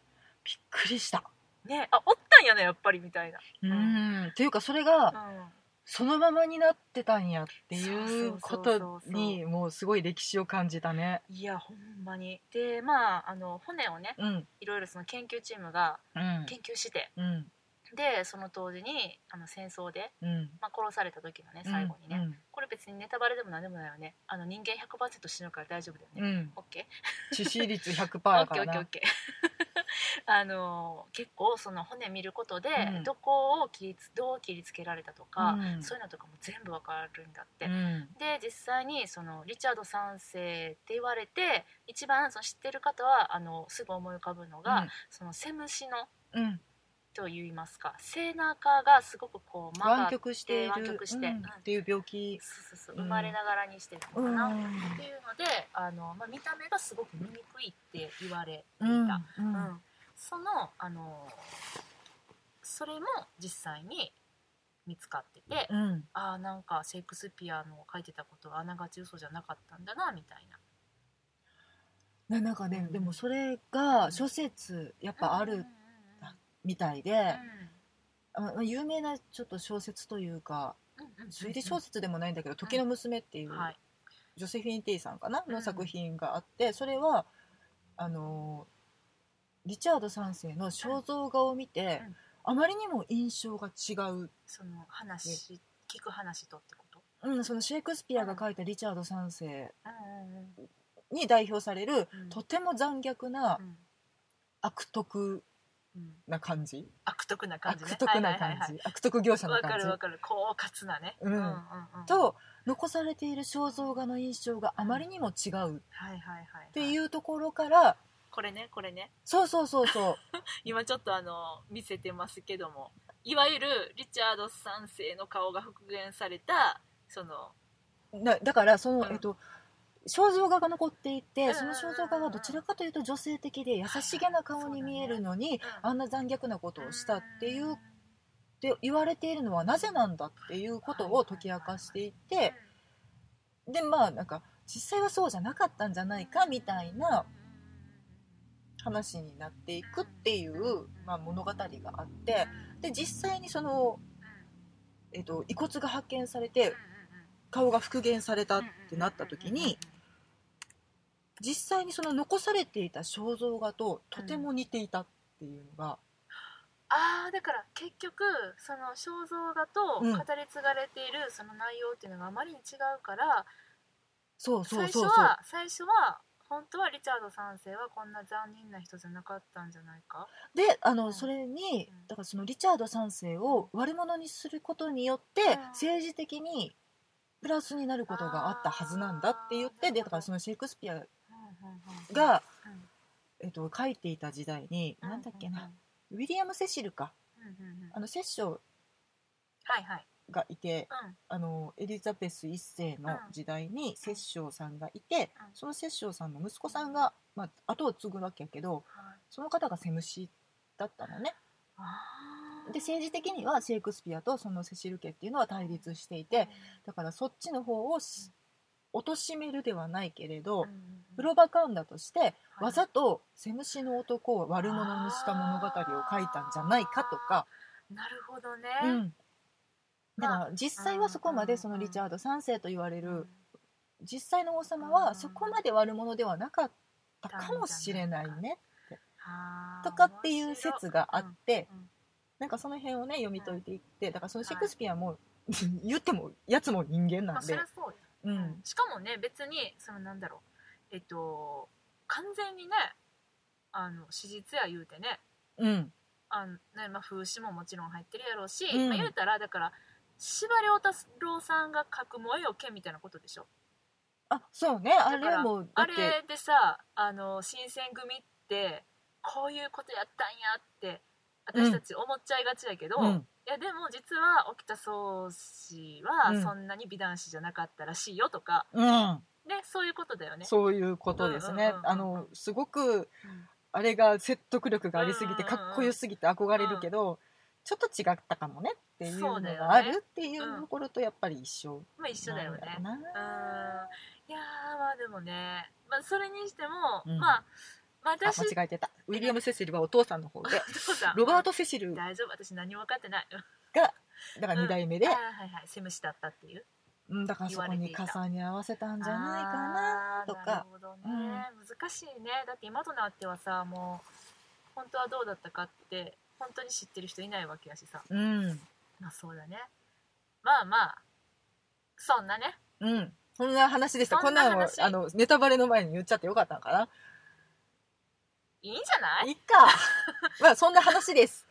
[SPEAKER 2] びっくりした
[SPEAKER 1] ね、あおったんやねやっぱりみたいな、
[SPEAKER 2] うんっていうかそれが
[SPEAKER 1] うん
[SPEAKER 2] そのままになってたんやって
[SPEAKER 1] そ
[SPEAKER 2] いうう
[SPEAKER 1] そ
[SPEAKER 2] こ
[SPEAKER 1] うそうそう
[SPEAKER 2] とにもうすごい歴史を感じたね
[SPEAKER 1] いやほんまにでまああの骨をね
[SPEAKER 2] うん
[SPEAKER 1] いろいろその研究チームが
[SPEAKER 2] うん
[SPEAKER 1] 研究して、
[SPEAKER 2] うん
[SPEAKER 1] でその当時にあの戦争で、
[SPEAKER 2] うん
[SPEAKER 1] まあ、殺された時のね最後にね、
[SPEAKER 2] ね
[SPEAKER 1] これ別にネタバレでも何でもないよねあの人間100%死ぬから大丈夫だよ
[SPEAKER 2] う
[SPEAKER 1] ね、
[SPEAKER 2] ん
[SPEAKER 1] オッケー
[SPEAKER 2] 致
[SPEAKER 1] <laughs>
[SPEAKER 2] 死率100%
[SPEAKER 1] オ
[SPEAKER 2] だ
[SPEAKER 1] ッ
[SPEAKER 2] か
[SPEAKER 1] ケー
[SPEAKER 2] ら
[SPEAKER 1] オッケーオッ
[SPEAKER 2] な
[SPEAKER 1] ケーあのー結構その骨見ることで、
[SPEAKER 2] うん
[SPEAKER 1] どこを切りつどう切りつけられたとか、
[SPEAKER 2] うん
[SPEAKER 1] そういうのとかも全部わかるんだって、
[SPEAKER 2] うん
[SPEAKER 1] で実際にそのリチャード3世って言われて一番その知ってる方はあのすぐ思い浮かぶのが、そのセムシノ
[SPEAKER 2] うん
[SPEAKER 1] と言いますか背中がすごくこう曲がっ
[SPEAKER 2] 湾
[SPEAKER 1] て
[SPEAKER 2] 曲している
[SPEAKER 1] 湾曲して
[SPEAKER 2] うんっていう病気
[SPEAKER 1] そうそうそう
[SPEAKER 2] うん
[SPEAKER 1] 生まれながらにしてるの
[SPEAKER 2] う
[SPEAKER 1] か
[SPEAKER 2] ん
[SPEAKER 1] な、っていうのであの、まあ、見た目がすごく醜いって言われていた。
[SPEAKER 2] うん
[SPEAKER 1] うん、その、あのそれも実際に見つかってて、
[SPEAKER 2] うん
[SPEAKER 1] ああなんかシェイクスピアの書いてたことはあながち嘘じゃなかったんだなみたいな
[SPEAKER 2] ななんかねでもそれが諸説やっぱあ
[SPEAKER 1] うんうん
[SPEAKER 2] る
[SPEAKER 1] うん
[SPEAKER 2] みたいで
[SPEAKER 1] う
[SPEAKER 2] あの有名なちょっと小説というか
[SPEAKER 1] んうんうんうん
[SPEAKER 2] 推理小説でもないんだけど「時の娘」っていう
[SPEAKER 1] はい
[SPEAKER 2] ジョセフィン・テイさんかな
[SPEAKER 1] うん
[SPEAKER 2] の作品があってそれはあのーリチャード3世の肖像画を見て
[SPEAKER 1] うん
[SPEAKER 2] あまりにも印象が違う
[SPEAKER 1] その話聞く話とってこと
[SPEAKER 2] うん、そのシェイクスピアが書いたリチャード3世
[SPEAKER 1] うんうんうん
[SPEAKER 2] に代表される、
[SPEAKER 1] うん
[SPEAKER 2] とても残虐な
[SPEAKER 1] うん
[SPEAKER 2] 悪徳
[SPEAKER 1] うん
[SPEAKER 2] な感じ
[SPEAKER 1] 悪徳な感じね
[SPEAKER 2] 悪徳な感じ悪徳業
[SPEAKER 1] じ
[SPEAKER 2] 者
[SPEAKER 1] わか
[SPEAKER 2] な感
[SPEAKER 1] る
[SPEAKER 2] じ
[SPEAKER 1] わかる狡猾なね
[SPEAKER 2] うん
[SPEAKER 1] うんうん
[SPEAKER 2] と残されている肖像画の印象があまりにも違うっ
[SPEAKER 1] はいはいはいはい
[SPEAKER 2] ていううところから
[SPEAKER 1] これねこれね
[SPEAKER 2] そうそうそうそう
[SPEAKER 1] 今ちょっとあの見せてますけどもいわゆるリチャード3世の顔が復元されたその
[SPEAKER 2] なだからその、
[SPEAKER 1] うん
[SPEAKER 2] えっと肖像画が残って
[SPEAKER 1] ん
[SPEAKER 2] い
[SPEAKER 1] うん
[SPEAKER 2] てその肖像画はどちらかというと女性的で優しげな顔に見えるのに、
[SPEAKER 1] はいはい
[SPEAKER 2] あんな残虐なことをしたっていうって言われているのはなぜなんだっていうことを解き明かしていってでまあなんか実際はそうじゃなかったんじゃないかみたいな話になっていくっていう、まあ、物語があってで実際にその、えっと遺骨が発見されて顔が復元されたってなった時に実際にその残されていた肖像画ととても似ていたっていうのが、
[SPEAKER 1] ああだから結局その肖像画と
[SPEAKER 2] うん
[SPEAKER 1] 語り継がれているその内容っていうのがあまりに違うから、
[SPEAKER 2] そうそう
[SPEAKER 1] 最初
[SPEAKER 2] そうそう
[SPEAKER 1] は最初は本当はリチャード3世はこんな残忍な人じゃなかったんじゃないか
[SPEAKER 2] であ
[SPEAKER 1] う
[SPEAKER 2] の
[SPEAKER 1] ん
[SPEAKER 2] それに
[SPEAKER 1] うん
[SPEAKER 2] だからそのリチャード3世を悪者にすることによって
[SPEAKER 1] ん
[SPEAKER 2] 政治的にプラスになることがあったはずなんだって言っ
[SPEAKER 1] あ
[SPEAKER 2] て
[SPEAKER 1] ー
[SPEAKER 2] でだからそのシェイクスピア
[SPEAKER 1] が、
[SPEAKER 2] が、
[SPEAKER 1] うん
[SPEAKER 2] えっと、書いていた時代に
[SPEAKER 1] うん
[SPEAKER 2] なんだっけな、ウィリアム・セシルか
[SPEAKER 1] うんうんうんうん
[SPEAKER 2] あの摂政
[SPEAKER 1] はいはい、
[SPEAKER 2] がいて
[SPEAKER 1] うん
[SPEAKER 2] あのエリザベス1世の時代に摂政さんがいて
[SPEAKER 1] うん
[SPEAKER 2] その摂政さんの息子さんが、まあ、後を継ぐわけやけど
[SPEAKER 1] はい
[SPEAKER 2] その方がセムシだったのね。
[SPEAKER 1] あー
[SPEAKER 2] で政治的にはシェイクスピアとそのセシル家っていうのは対立していてだからそっちの方をし貶めるではないけれ
[SPEAKER 1] う
[SPEAKER 2] ど
[SPEAKER 1] んうんうん
[SPEAKER 2] プロパガンダとして
[SPEAKER 1] はい
[SPEAKER 2] わざとセムシの男を悪者にした物語を書いたんじゃないかとか、
[SPEAKER 1] なるほどね、
[SPEAKER 2] うん、だから実際はそこまでそのリチャード3世と言わ
[SPEAKER 1] う
[SPEAKER 2] れ
[SPEAKER 1] ん
[SPEAKER 2] る実際の王様はそこまで悪者ではなかったかもしれないね
[SPEAKER 1] あー
[SPEAKER 2] とかっていう
[SPEAKER 1] 面白
[SPEAKER 2] 説があって
[SPEAKER 1] うんうん
[SPEAKER 2] なんかその辺をね読み解いていってだからそのシェイクスピアも <laughs> 言ってもやつも人間
[SPEAKER 1] ま
[SPEAKER 2] な
[SPEAKER 1] あ
[SPEAKER 2] ん
[SPEAKER 1] そり
[SPEAKER 2] で
[SPEAKER 1] ゃ。そうよ
[SPEAKER 2] う
[SPEAKER 1] うん
[SPEAKER 2] ん
[SPEAKER 1] しかもね別にそのなんだろうえっと完全にねあの史実や言うてね
[SPEAKER 2] うん
[SPEAKER 1] あのね、まあ、風刺ももちろん入ってるやろうし、
[SPEAKER 2] うん
[SPEAKER 1] まあ、言うたらだから司馬遼太郎さんが書く「燃えよ剣」みたいなことでしょ
[SPEAKER 2] あそうねあれはもう
[SPEAKER 1] あ
[SPEAKER 2] だって
[SPEAKER 1] れでさあの新選組ってこういうことやったんやって私たち思っちゃいがちやけど、
[SPEAKER 2] うん
[SPEAKER 1] いやでも実は沖田総司は
[SPEAKER 2] うん
[SPEAKER 1] そんなに美男子じゃなかったらしいよとか、
[SPEAKER 2] うん
[SPEAKER 1] ねそういうことだよね。
[SPEAKER 2] そういうことです
[SPEAKER 1] うんうん
[SPEAKER 2] ね
[SPEAKER 1] うんうん
[SPEAKER 2] あのすごく
[SPEAKER 1] うん
[SPEAKER 2] あれが説得力がありすぎて
[SPEAKER 1] うんうんう
[SPEAKER 2] か
[SPEAKER 1] ん
[SPEAKER 2] っこよすぎて憧れるけどちょっと違ったかもねっていう
[SPEAKER 1] そ
[SPEAKER 2] の
[SPEAKER 1] うだよね
[SPEAKER 2] があるっていうところとやっぱり一緒
[SPEAKER 1] まあ一緒だよね。
[SPEAKER 2] なんろう
[SPEAKER 1] うーん
[SPEAKER 2] ない
[SPEAKER 1] やーまあでもね、まあ、それにしても、
[SPEAKER 2] うん
[SPEAKER 1] まあ、まあ、
[SPEAKER 2] あ
[SPEAKER 1] 私
[SPEAKER 2] 間違えてたウィリアム・セシルはお父さんの方で
[SPEAKER 1] そうだ
[SPEAKER 2] ロバート・セシルが
[SPEAKER 1] 大丈夫私何も分かってないうん
[SPEAKER 2] だから2代目で
[SPEAKER 1] あーはいはいセムシだったっていう
[SPEAKER 2] うんだからそこに重ね合わせたんじゃないかな
[SPEAKER 1] あー
[SPEAKER 2] とか
[SPEAKER 1] なるほどね、難しいねだって今となってはさもう本当はどうだったかって本当に知ってる人いないわけやしさ
[SPEAKER 2] うん
[SPEAKER 1] まあそうだねまあまあそんなね
[SPEAKER 2] うん。そんな話でした。
[SPEAKER 1] そ
[SPEAKER 2] こ
[SPEAKER 1] ん
[SPEAKER 2] ん
[SPEAKER 1] な
[SPEAKER 2] なの
[SPEAKER 1] 話、
[SPEAKER 2] あの、ネタバレの前に言っちゃってよかったんかない
[SPEAKER 1] いんじゃない
[SPEAKER 2] いっか。まあ、そんな話です。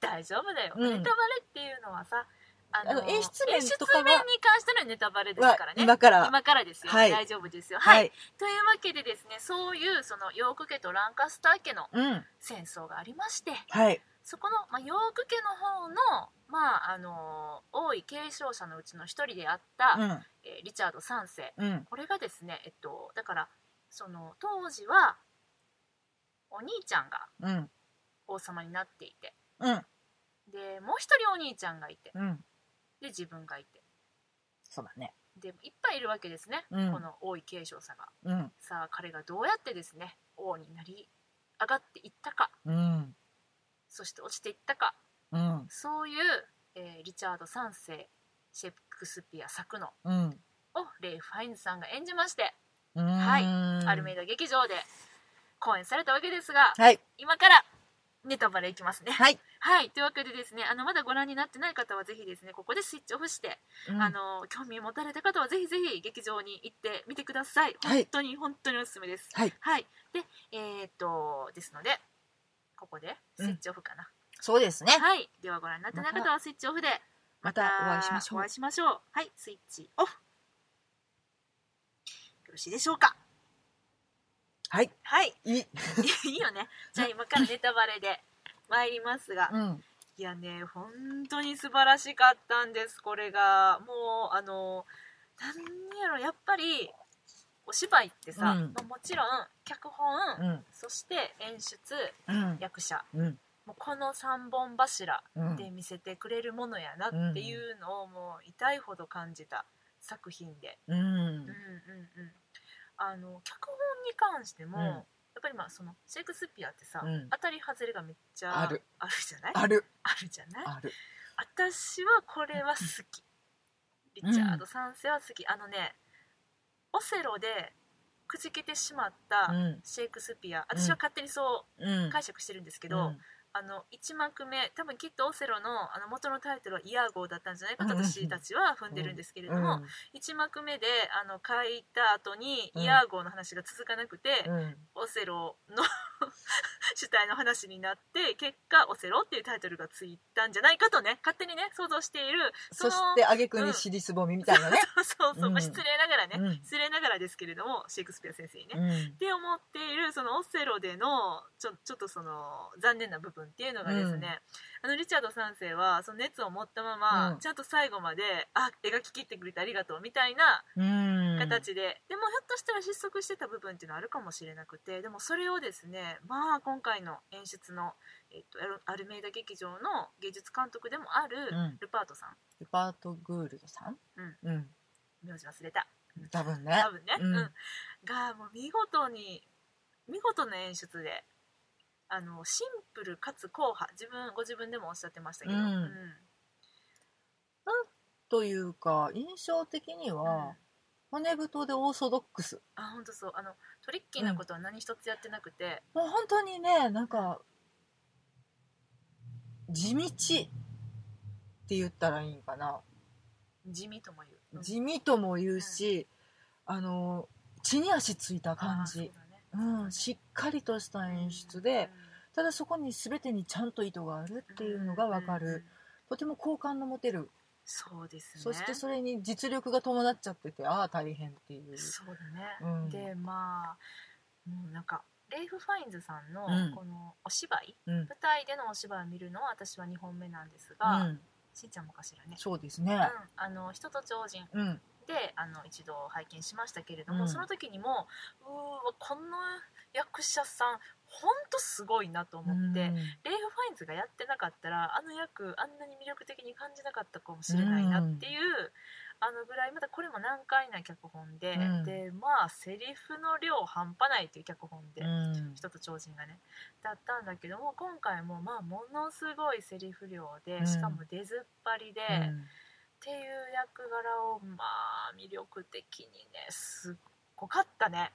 [SPEAKER 1] 大丈夫だよ、
[SPEAKER 2] うん
[SPEAKER 1] ネタバレっていうのはさあ
[SPEAKER 2] あの演出面
[SPEAKER 1] 演出
[SPEAKER 2] とかは
[SPEAKER 1] 面に関してのネタバレ <laughs> です
[SPEAKER 2] は
[SPEAKER 1] からね、
[SPEAKER 2] 今から。
[SPEAKER 1] 今からですよ、
[SPEAKER 2] はい
[SPEAKER 1] 大丈夫ですよはい、
[SPEAKER 2] はい。
[SPEAKER 1] というわけでですねそういうそのヨーク家とランカスター家の
[SPEAKER 2] うん。
[SPEAKER 1] 戦争がありまして
[SPEAKER 2] はい。
[SPEAKER 1] そこの、まあ、ヨーク家の方の、まああの王位継承者のうちの一人であった、
[SPEAKER 2] うん。
[SPEAKER 1] えーリチャード3世
[SPEAKER 2] うん。
[SPEAKER 1] これがですね、えっと、だからその当時はお兄ちゃんが
[SPEAKER 2] うん。
[SPEAKER 1] 王様になっていて
[SPEAKER 2] うん。
[SPEAKER 1] でもう一人お兄ちゃんがいて
[SPEAKER 2] うん。
[SPEAKER 1] で自分がいて
[SPEAKER 2] そうだね。
[SPEAKER 1] でいっぱいいるわけですね、
[SPEAKER 2] うん
[SPEAKER 1] この王位継承者が
[SPEAKER 2] うん。
[SPEAKER 1] さあ彼がどうやってですね王になり上がっていったか
[SPEAKER 2] うん。
[SPEAKER 1] そして落ちていったか
[SPEAKER 2] うん。
[SPEAKER 1] そういう、えーリチャード3世シェクスピア作の
[SPEAKER 2] うん。
[SPEAKER 1] をレイ・ファインズさんが演じまして、
[SPEAKER 2] うん。
[SPEAKER 1] はいアルメイダ劇場で公演されたわけですが
[SPEAKER 2] はい。
[SPEAKER 1] 今からネタバレいきますね。
[SPEAKER 2] はい。
[SPEAKER 1] はいというわけでですねあのまだご覧になってない方はぜひですねここでスイッチオフして、
[SPEAKER 2] うん
[SPEAKER 1] あ、の興味持たれた方はぜひぜひ劇場に行ってみてください。
[SPEAKER 2] はい
[SPEAKER 1] 本当に、本当におすすめです。
[SPEAKER 2] はい。
[SPEAKER 1] はい、でえーっとですのでここでスイッチオフかな。
[SPEAKER 2] そうですね。
[SPEAKER 1] はい、ではご覧になってない方はスイッチオフで
[SPEAKER 2] またお会いしましょ
[SPEAKER 1] お
[SPEAKER 2] う
[SPEAKER 1] 会い。しましょうはいスイッチオフよろしいでしょうか
[SPEAKER 2] はい。
[SPEAKER 1] はい <laughs>
[SPEAKER 2] いい。
[SPEAKER 1] いいよねじゃあ今からネタバレで参りますが
[SPEAKER 2] うん。
[SPEAKER 1] いやね本当に素晴らしかったんですこれがもうあのなんやろやっぱりお芝居ってさ、
[SPEAKER 2] うん
[SPEAKER 1] まあもちろん脚本、
[SPEAKER 2] うん。
[SPEAKER 1] そして演出
[SPEAKER 2] うん。
[SPEAKER 1] 役者
[SPEAKER 2] うん。
[SPEAKER 1] もうこの3本柱
[SPEAKER 2] うん
[SPEAKER 1] で見せてくれるものやなっていうのをもう痛いほど感じた作品で、
[SPEAKER 2] うん
[SPEAKER 1] うんうんうん、あの脚本に関しても、
[SPEAKER 2] うん
[SPEAKER 1] やっぱりまあそのシェイクスピアってさ、
[SPEAKER 2] うん
[SPEAKER 1] 当たり外れがめっちゃ
[SPEAKER 2] あ
[SPEAKER 1] あ
[SPEAKER 2] る
[SPEAKER 1] るじゃない
[SPEAKER 2] ある
[SPEAKER 1] あるじゃない
[SPEAKER 2] ある
[SPEAKER 1] 私はこれは好きリチャード三世は好き、あのねオセロでくじけてしまっ
[SPEAKER 2] う
[SPEAKER 1] た
[SPEAKER 2] ん
[SPEAKER 1] シェイクスピア、
[SPEAKER 2] うん
[SPEAKER 1] 私は勝手にそ
[SPEAKER 2] うん
[SPEAKER 1] う解釈してるんですけど、あの1幕目多分きっとオセロのあの元のタイトルはイヤー号だったんじゃないかと
[SPEAKER 2] うん
[SPEAKER 1] 私たちは踏んでるんですけれ
[SPEAKER 2] う
[SPEAKER 1] ど
[SPEAKER 2] ん
[SPEAKER 1] も、1幕目であの書いた後にイヤー号の話が続かなくて、
[SPEAKER 2] うん
[SPEAKER 1] オセロの <laughs> 主体の話になって結果「オセロ」っていうタイトルがついたんじゃないかとね勝手にね想像しているそ
[SPEAKER 2] そ
[SPEAKER 1] の
[SPEAKER 2] して挙句に尻すぼみみたいなね
[SPEAKER 1] <laughs> そうそう、まあ
[SPEAKER 2] うん
[SPEAKER 1] 失礼ながらね、
[SPEAKER 2] うん
[SPEAKER 1] 失礼ながらですけれどもシェイクスピア先生にね。
[SPEAKER 2] うん
[SPEAKER 1] って思っているそのオセロでのちょちょっとその残念な部分っていうのがですね、あのリチャード3世はその熱を持ったまま、
[SPEAKER 2] うん
[SPEAKER 1] ちゃんと最後まであ描き切ってくれてありがとうみたいな
[SPEAKER 2] うん
[SPEAKER 1] 形で、でもひょっとしたら失速してた部分っていうのはあるかもしれなくてでもそれをですねまあ今回の演出の、えっと、アルアルメイダ劇場の芸術監督でもある
[SPEAKER 2] うん
[SPEAKER 1] ルパートさん、
[SPEAKER 2] ルパート・グールドさんうん
[SPEAKER 1] 名字忘れた
[SPEAKER 2] 多分ね
[SPEAKER 1] 多分ね、
[SPEAKER 2] う
[SPEAKER 1] うんんがもう見事に見事な演出であのシンプルかつ硬派自分ご自分でもおっしゃってましたけど、
[SPEAKER 2] うん
[SPEAKER 1] うん
[SPEAKER 2] というか印象的には骨太でオーソドックス
[SPEAKER 1] あ本当そうあのトリッキーなことは何一つやってなくて、
[SPEAKER 2] もう本当にねなんか地道って言ったらいいんかな
[SPEAKER 1] 地味とも言う、うん
[SPEAKER 2] 地味とも言うし、あの地に足ついた感
[SPEAKER 1] あー
[SPEAKER 2] じ
[SPEAKER 1] そうだね
[SPEAKER 2] うん、しっかりとした演出で、ただそこに全てにちゃんと意図がある
[SPEAKER 1] うん
[SPEAKER 2] っていうのが分かる、
[SPEAKER 1] うん
[SPEAKER 2] とても好感の持てる、
[SPEAKER 1] そうですね
[SPEAKER 2] そしてそれに実力が伴っちゃっててああ大変っていう
[SPEAKER 1] そうだね、
[SPEAKER 2] うん
[SPEAKER 1] でまあもうなんかレイフ・ファインズさんの
[SPEAKER 2] うん
[SPEAKER 1] このお芝居、
[SPEAKER 2] うん、うん
[SPEAKER 1] 舞台でのお芝居を見るのは私は2本目なんですが、しんちゃんもかしらね
[SPEAKER 2] そうですね
[SPEAKER 1] うん、あの人と超人
[SPEAKER 2] うん
[SPEAKER 1] であの一度拝見しましたけれども、
[SPEAKER 2] うん
[SPEAKER 1] その時にもうーわこの役者さんほんとすごいなと思って、
[SPEAKER 2] うん
[SPEAKER 1] レイフ・ファインズがやってなかったらあの役あんなに魅力的に感じなかったかもしれないなっていう、あのぐらいまだこれも難解な脚本で、
[SPEAKER 2] うん
[SPEAKER 1] でまあセリフの量半端ないっていう脚本で、
[SPEAKER 2] うん
[SPEAKER 1] 人と超人がねだったんだけども今回もまあものすごいセリフ量で、
[SPEAKER 2] うん
[SPEAKER 1] しかも出ずっぱりで、っ
[SPEAKER 2] うん
[SPEAKER 1] ていう役柄をまあ魅力的にねすっごかったね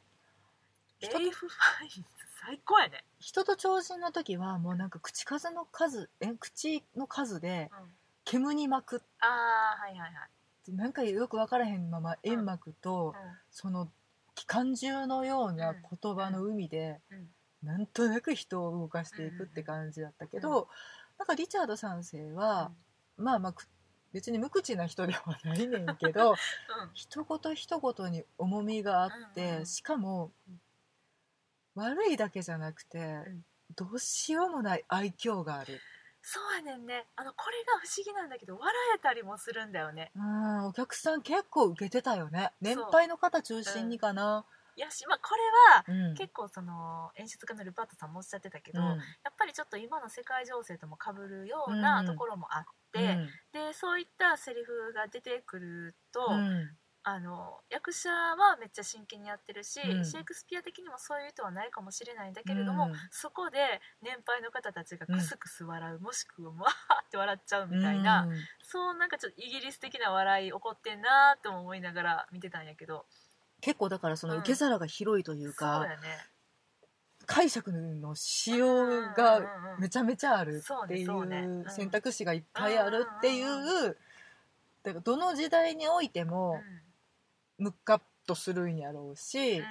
[SPEAKER 1] レ
[SPEAKER 2] 人と
[SPEAKER 1] イフ・ファインズ最高やね、
[SPEAKER 2] 人と超人の時はもうなんか口数の数え口の数で
[SPEAKER 1] うん、
[SPEAKER 2] 煙に巻くっ
[SPEAKER 1] ああはいはい
[SPEAKER 2] てなんかよく分からへんまま煙幕と、
[SPEAKER 1] はい、
[SPEAKER 2] その機関銃のような言葉の海で、
[SPEAKER 1] うん
[SPEAKER 2] なんとなく人を動かしていくって感じだったけど、
[SPEAKER 1] うん
[SPEAKER 2] なんかリチャード3世は、まあまあく別に無口な人ではないねんけ
[SPEAKER 1] <laughs> うん、
[SPEAKER 2] ど
[SPEAKER 1] うん
[SPEAKER 2] 一言一言に重みがあって、
[SPEAKER 1] うんうん
[SPEAKER 2] しかも、
[SPEAKER 1] うん
[SPEAKER 2] 悪いだけじゃなくて、
[SPEAKER 1] ん
[SPEAKER 2] どうしようもない愛嬌がある。
[SPEAKER 1] そうやねんねあのこれが不思議なんだけど笑えたりもするんだよね
[SPEAKER 2] うんお客さん結構受けてたよね年配の方中心にかな
[SPEAKER 1] いやしまあこれは
[SPEAKER 2] うん
[SPEAKER 1] 結構その演出家のルパートさんもおっしゃってたけ
[SPEAKER 2] う
[SPEAKER 1] ど、
[SPEAKER 2] ん
[SPEAKER 1] やっぱりちょっと今の世界情勢ともかぶるよう
[SPEAKER 2] う
[SPEAKER 1] なん
[SPEAKER 2] うん
[SPEAKER 1] ところもあって、
[SPEAKER 2] うん
[SPEAKER 1] でそういったセリフが出てくると、
[SPEAKER 2] うん
[SPEAKER 1] あの役者はめっちゃ真剣にやってるし、
[SPEAKER 2] うん
[SPEAKER 1] シェイクスピア的にもそういう人はないかもしれないんだけれども、
[SPEAKER 2] うん
[SPEAKER 1] そこで年配の方たちがクスクス笑う、もしくはわーって笑っちゃうみたいな、
[SPEAKER 2] うん
[SPEAKER 1] そうなんかちょっとイギリス的な笑い起こってんなーとも思いながら見てたんやけど
[SPEAKER 2] 結構だからその
[SPEAKER 1] うん
[SPEAKER 2] 受け皿が広いという
[SPEAKER 1] そう
[SPEAKER 2] か、
[SPEAKER 1] やね
[SPEAKER 2] 解釈のしよ
[SPEAKER 1] うんうん
[SPEAKER 2] うが
[SPEAKER 1] うん
[SPEAKER 2] めちゃめちゃある
[SPEAKER 1] そう
[SPEAKER 2] って
[SPEAKER 1] ね
[SPEAKER 2] い
[SPEAKER 1] そうね
[SPEAKER 2] う
[SPEAKER 1] うん
[SPEAKER 2] 選択肢がいっぱいあるっていう
[SPEAKER 1] うんう
[SPEAKER 2] だからどの時代において
[SPEAKER 1] うん
[SPEAKER 2] もムカッとするんやろうし、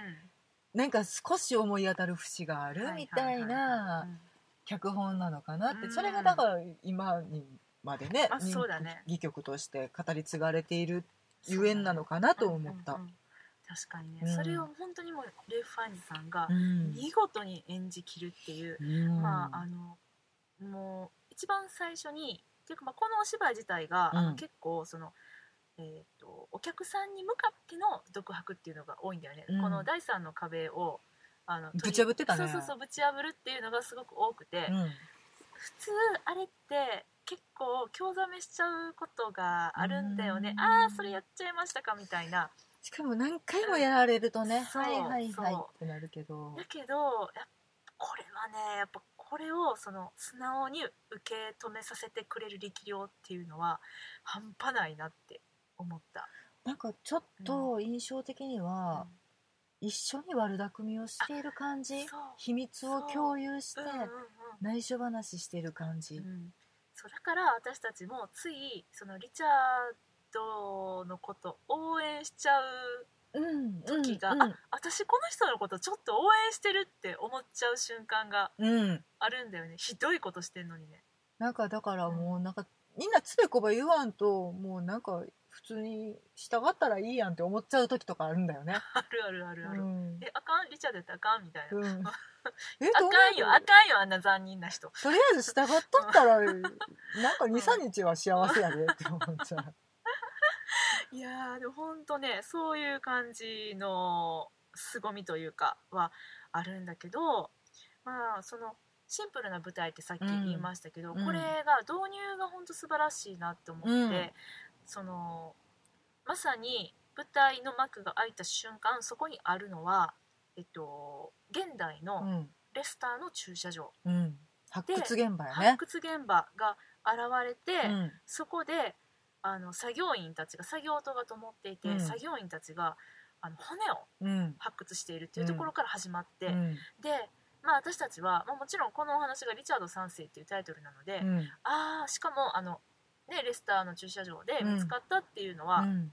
[SPEAKER 2] なんか少し思い当たる節があ
[SPEAKER 1] うん
[SPEAKER 2] る
[SPEAKER 1] は
[SPEAKER 2] み
[SPEAKER 1] は
[SPEAKER 2] た
[SPEAKER 1] はいは
[SPEAKER 2] な脚本なのかなっ
[SPEAKER 1] う
[SPEAKER 2] て、
[SPEAKER 1] ん
[SPEAKER 2] それがだから今にまでね
[SPEAKER 1] あそうだね
[SPEAKER 2] 人気戯曲として語り継がれている
[SPEAKER 1] うん
[SPEAKER 2] ゆえんなのかなと思った
[SPEAKER 1] うんうんうん確かにね、
[SPEAKER 2] うん
[SPEAKER 1] それを本当にもうレイフ・ファインズさんが
[SPEAKER 2] うん
[SPEAKER 1] 見事に演じきるっていう、
[SPEAKER 2] うん
[SPEAKER 1] まああのもう一番最初にっていうかまあこのお芝居自体が、あ
[SPEAKER 2] う
[SPEAKER 1] の
[SPEAKER 2] ん
[SPEAKER 1] 結構その。えー、とお客さんに向かっての独白っていうのが多いんだよね、
[SPEAKER 2] うん
[SPEAKER 1] この第三の壁をあの
[SPEAKER 2] ぶち破ってたね
[SPEAKER 1] そうそうそうぶち破るっていうのがすごく多くて、
[SPEAKER 2] うん
[SPEAKER 1] 普通あれって結構興ざめしちゃうことがあるんだよね
[SPEAKER 2] うん
[SPEAKER 1] ああそれやっちゃいましたかみたいな
[SPEAKER 2] しかも何回もやられるとね、
[SPEAKER 1] そう
[SPEAKER 2] はいはいはい
[SPEAKER 1] そ
[SPEAKER 2] ってなるけど
[SPEAKER 1] だけどやっこれはねやっぱこれをその素直に受け止めさせてくれる力量っていうのは半端ないなって思った、
[SPEAKER 2] なんかちょっと印象的には、一緒に悪巧みをしている感じ
[SPEAKER 1] そう
[SPEAKER 2] 秘密を共有して
[SPEAKER 1] うんうんうん
[SPEAKER 2] 内緒話してる感じ、
[SPEAKER 1] うんそうだから私たちもついそのリチャードのこと応援しちゃう
[SPEAKER 2] うんうん
[SPEAKER 1] 時が私この人のことちょっと応援してるって思っちゃう瞬間が
[SPEAKER 2] うん、うん、
[SPEAKER 1] あるんだよねひどいことしてんのにね
[SPEAKER 2] なんかだからもうなんかみんなつべこば言わんともうなんか普通に従ったらいいやんって思っちゃう時とかあるんだよね。
[SPEAKER 1] あるあるあ
[SPEAKER 2] う
[SPEAKER 1] るある、
[SPEAKER 2] ん
[SPEAKER 1] えあかんリチャードやったらあかんみたいな、
[SPEAKER 2] うん、え
[SPEAKER 1] あ
[SPEAKER 2] どう
[SPEAKER 1] かんよあかんよあんな残忍な人
[SPEAKER 2] とりあえず従っとった <laughs> らなんか23日は幸せやでって思っちゃう。
[SPEAKER 1] いやーでもほんとねそういう感じの凄みというかはあるんだけどまあそのシンプルな舞台ってさっき言いましたけど、
[SPEAKER 2] うん
[SPEAKER 1] これが導入がほんと素晴らしいなって思って、
[SPEAKER 2] うん
[SPEAKER 1] そのまさに舞台の幕が開いた瞬間そこにあるのは、えっと、現代
[SPEAKER 2] <laughs> う
[SPEAKER 1] の
[SPEAKER 2] ん
[SPEAKER 1] レスターの駐車場、
[SPEAKER 2] うん、発掘現場やね
[SPEAKER 1] 発。掘現場が現れて、
[SPEAKER 2] うん
[SPEAKER 1] そこであの作業員たちが作業灯が灯っていて、
[SPEAKER 2] うん
[SPEAKER 1] 作業員たちがあの骨を
[SPEAKER 2] うん
[SPEAKER 1] 発掘しているというところから始まって、
[SPEAKER 2] うん
[SPEAKER 1] で、まあ、私たちは、まあ、もちろんこのお話が「リチャード3世」っていうタイトルなので、
[SPEAKER 2] うん
[SPEAKER 1] あーしかもあの、ね、レスターの駐車場で
[SPEAKER 2] うん
[SPEAKER 1] 見つかったっていうの
[SPEAKER 2] う
[SPEAKER 1] は、
[SPEAKER 2] ん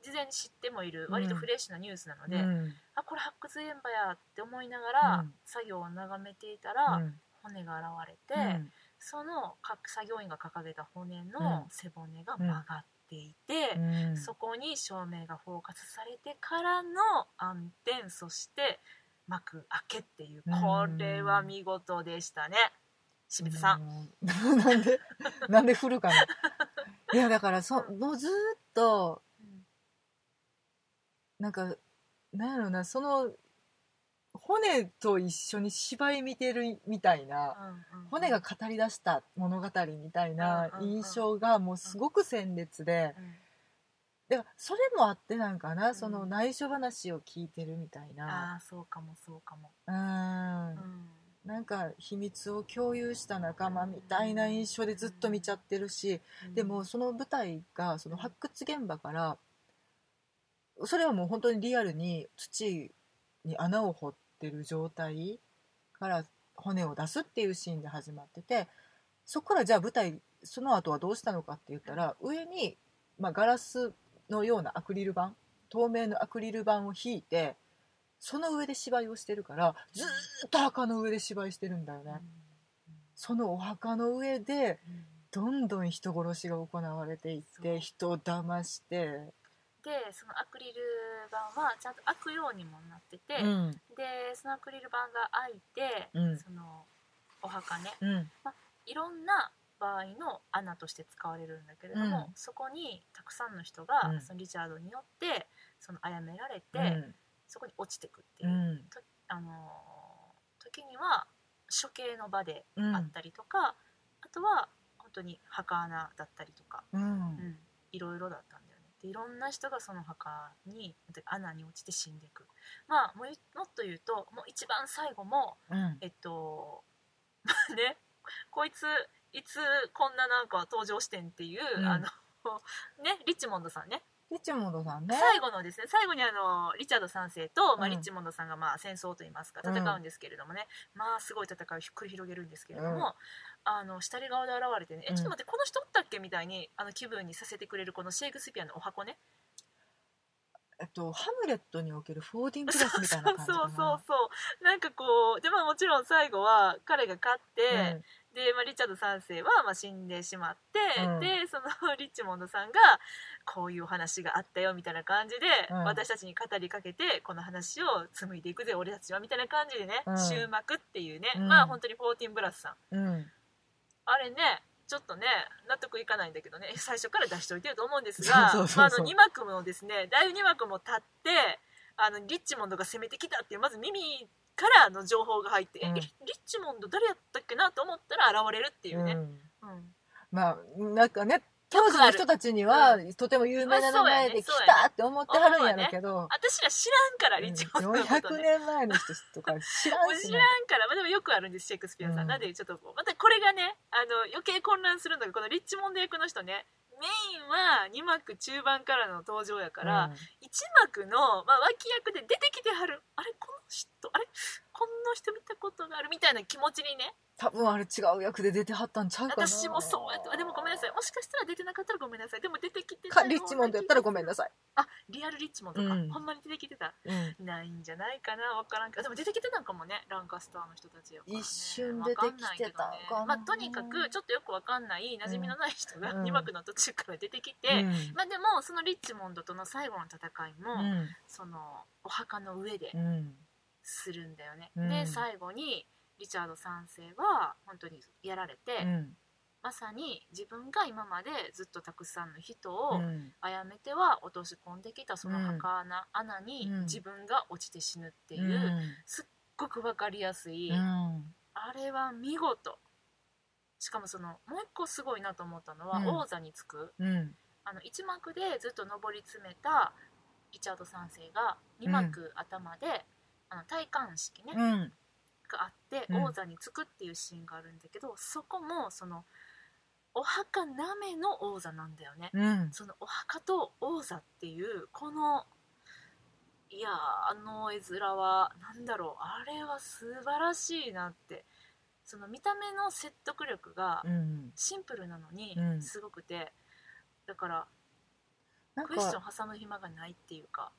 [SPEAKER 1] 事前に知ってもいる
[SPEAKER 2] うん
[SPEAKER 1] 割とフレッシュなニュースなの
[SPEAKER 2] う
[SPEAKER 1] で、
[SPEAKER 2] ん
[SPEAKER 1] あこれ発掘現場やって思いながら、
[SPEAKER 2] うん
[SPEAKER 1] 作業を眺めていたら、骨が現れて。
[SPEAKER 2] うん
[SPEAKER 1] その各作業員が掲げた骨
[SPEAKER 2] う
[SPEAKER 1] の
[SPEAKER 2] ん
[SPEAKER 1] 背骨が曲がっていて、
[SPEAKER 2] うん
[SPEAKER 1] そこに照明がフォーカスされてからの暗転そして幕開けっていう
[SPEAKER 2] うん
[SPEAKER 1] これは見事でしたね清水さん、
[SPEAKER 2] うん。 <laughs> なんで、なんで振るかな。いや、だから、そ、もうずーっと、なんか、なんやろな、その。骨と一緒に芝居見てるみたいな。
[SPEAKER 1] うんうんうん
[SPEAKER 2] 骨が、語り出した物語みたいな
[SPEAKER 1] うんうんうん
[SPEAKER 2] 印象がもうすごく鮮烈で
[SPEAKER 1] うん
[SPEAKER 2] だからそれもあってなんか
[SPEAKER 1] う
[SPEAKER 2] なんその内緒話を聞いてるみたいな
[SPEAKER 1] ああそうかもそうかも、
[SPEAKER 2] うん
[SPEAKER 1] うん
[SPEAKER 2] なんか秘密を共有した仲間みたいな印象でずっと見ちゃってるし
[SPEAKER 1] うん
[SPEAKER 2] でもその舞台がその発掘現場からそれはもう本当にリアルに土に穴を掘ってる状態から骨を出すっていうシーンで始まっててそこからじゃあ舞台その後はどうしたのかって言ったら上に、まあ、ガラスのようなアクリル板透明のアクリル板を引いてその上で芝居をしてるからずーっと墓の上で芝居してるんだよ
[SPEAKER 1] うん
[SPEAKER 2] ね。そのお墓の上で
[SPEAKER 1] うん
[SPEAKER 2] どんどん人殺しが行われていっ
[SPEAKER 1] そう
[SPEAKER 2] て人を騙して、
[SPEAKER 1] でそのアクリル板はちゃんと開くようにもなってて、
[SPEAKER 2] ん
[SPEAKER 1] でそのアクリル板が開いて、
[SPEAKER 2] うん
[SPEAKER 1] そのお墓ね
[SPEAKER 2] うん
[SPEAKER 1] いろんな場合の穴として使われるんだけれども、
[SPEAKER 2] う
[SPEAKER 1] そこにたくさんの人が、
[SPEAKER 2] うん
[SPEAKER 1] そのリチャードによってその殺められて、そこに落ちてくっていうう、
[SPEAKER 2] ん
[SPEAKER 1] あのー時には処刑の場で
[SPEAKER 2] うん
[SPEAKER 1] あったりとか、あとは本当に墓穴だったりとか、
[SPEAKER 2] う
[SPEAKER 1] うんんいろいろだったんだよねでいろんな人がその墓に穴に落ちて死んでいくまあもういもっと言うともう一番最後も
[SPEAKER 2] うん
[SPEAKER 1] えっと <laughs> ねこいついつこんななんか登場してんっていう、
[SPEAKER 2] うん
[SPEAKER 1] あの <laughs> ねリッチモンドさんね
[SPEAKER 2] リチモンドさんね
[SPEAKER 1] 最後のですね最後にあのリチャード3世と、まあ
[SPEAKER 2] うん
[SPEAKER 1] リッチモンドさんがまあ戦争といいますか
[SPEAKER 2] うん
[SPEAKER 1] 戦うんですけれどもね、まあすごい戦いを繰り広げるんですけれども、あの下り側で現れてね、
[SPEAKER 2] う
[SPEAKER 1] え
[SPEAKER 2] ん
[SPEAKER 1] ちょっと待ってこの人おったっけみたいにあの気分にさせてくれるこのシェイクスピアのお箱ね
[SPEAKER 2] えっとハムレットにおけるフォーディングラスみたいな感じ
[SPEAKER 1] <laughs> そ
[SPEAKER 2] か
[SPEAKER 1] う
[SPEAKER 2] な
[SPEAKER 1] そうそうなんかこうでまあもちろん最後は彼が勝って、
[SPEAKER 2] うん
[SPEAKER 1] で、まあ、リチャード3世は、まあ、死んでしまって、
[SPEAKER 2] うん
[SPEAKER 1] でその <laughs> リッチモンドさんがこういうお話があったよみたいな感じで、
[SPEAKER 2] うん
[SPEAKER 1] 私たちに語りかけてこの話を紡いでいくぜ俺たちはみたいな感じでね、
[SPEAKER 2] うん
[SPEAKER 1] 終幕っていうね、
[SPEAKER 2] うん
[SPEAKER 1] まあ本当に14ブラスさん
[SPEAKER 2] うん
[SPEAKER 1] あれねちょっとね納得いかないんだけどね最初から出しておいてると思うんですが
[SPEAKER 2] そうそうそうそう
[SPEAKER 1] まああの2幕もですねだいぶ2幕も経ってあのリッチモンドが攻めてきたっていうまず耳からあの情報が入って、え
[SPEAKER 2] うん
[SPEAKER 1] リリッチモンド誰やったっけなと思ったら現れるっていうね、
[SPEAKER 2] うん
[SPEAKER 1] うん
[SPEAKER 2] まあなんかね当時の人たちには、とても有名な名前で来
[SPEAKER 1] そうやねそうや
[SPEAKER 2] たって思ってはるんやろうけど、
[SPEAKER 1] 私ら知らんからリッチモンドのこと
[SPEAKER 2] 400
[SPEAKER 1] ね、
[SPEAKER 2] 年前の人とか知ら
[SPEAKER 1] も
[SPEAKER 2] ん
[SPEAKER 1] う
[SPEAKER 2] し
[SPEAKER 1] 知
[SPEAKER 2] な
[SPEAKER 1] らんから、まあ、でもよくあるんですシェイクスピアさん、
[SPEAKER 2] うん
[SPEAKER 1] なんでちょっとこうまたこれがねあの余計混乱するのがこのリッチモンド役の人ねメインは2幕中盤からの登場やから、1幕の、まあ、脇役で出てきてはるあれこの人あれこの人見たことがあるみたいな気持ちにね
[SPEAKER 2] 多分あれ違う役で出てはったんちゃうかな
[SPEAKER 1] 私もそうやってあでもごめんなさいもしかしたら出てなかったらごめんなさいでも出てきて
[SPEAKER 2] かリッチモンドやったらごめんなさい、
[SPEAKER 1] あリアルリッチモンドか、
[SPEAKER 2] うん
[SPEAKER 1] ほんまに出てきてた
[SPEAKER 2] うん、
[SPEAKER 1] ないんじゃないかなわからんけどでも出てきてたんかもねランカスターの人たちやから、ね、
[SPEAKER 2] 一瞬出てきてたんかな
[SPEAKER 1] わんいけどねまあ、とにかくちょっとよくわかんない馴染みのない人が
[SPEAKER 2] うん
[SPEAKER 1] 2幕の途中から出てきて、
[SPEAKER 2] うん
[SPEAKER 1] まあ、でもそのリッチモンドとの最後の戦いも、そのお墓の上で
[SPEAKER 2] うんうん
[SPEAKER 1] するんだよね、
[SPEAKER 2] うん
[SPEAKER 1] で最後にリチャード3世は本当にやられて、
[SPEAKER 2] うん
[SPEAKER 1] まさに自分が今までずっとたくさんの人を
[SPEAKER 2] うん
[SPEAKER 1] 殺めては落とし込んできたその墓穴,、穴に
[SPEAKER 2] うん
[SPEAKER 1] 自分が落ちて死ぬっていう、すっごくわかりやすい、
[SPEAKER 2] うん
[SPEAKER 1] あれは見事しかもそのもう一個すごいなと思ったのは、
[SPEAKER 2] うん
[SPEAKER 1] 王座につく
[SPEAKER 2] うん
[SPEAKER 1] あの1幕でずっと上り詰めたリチャード3世が2幕頭で、あの戴冠式ね、
[SPEAKER 2] うん
[SPEAKER 1] があって
[SPEAKER 2] うん
[SPEAKER 1] 王座につくっていうシーンがあるんだけど、そこもそのお墓なめの王座なんだよね、
[SPEAKER 2] うん
[SPEAKER 1] そのお墓と王座っていうこのいやーあの絵面はなんだろうあれは素晴らしいなってその見た目の説得力が
[SPEAKER 2] うん
[SPEAKER 1] シンプルなのに
[SPEAKER 2] うん
[SPEAKER 1] すごくて、だから
[SPEAKER 2] なん
[SPEAKER 1] クエスチョ
[SPEAKER 2] か
[SPEAKER 1] ン挟む暇がないっていうか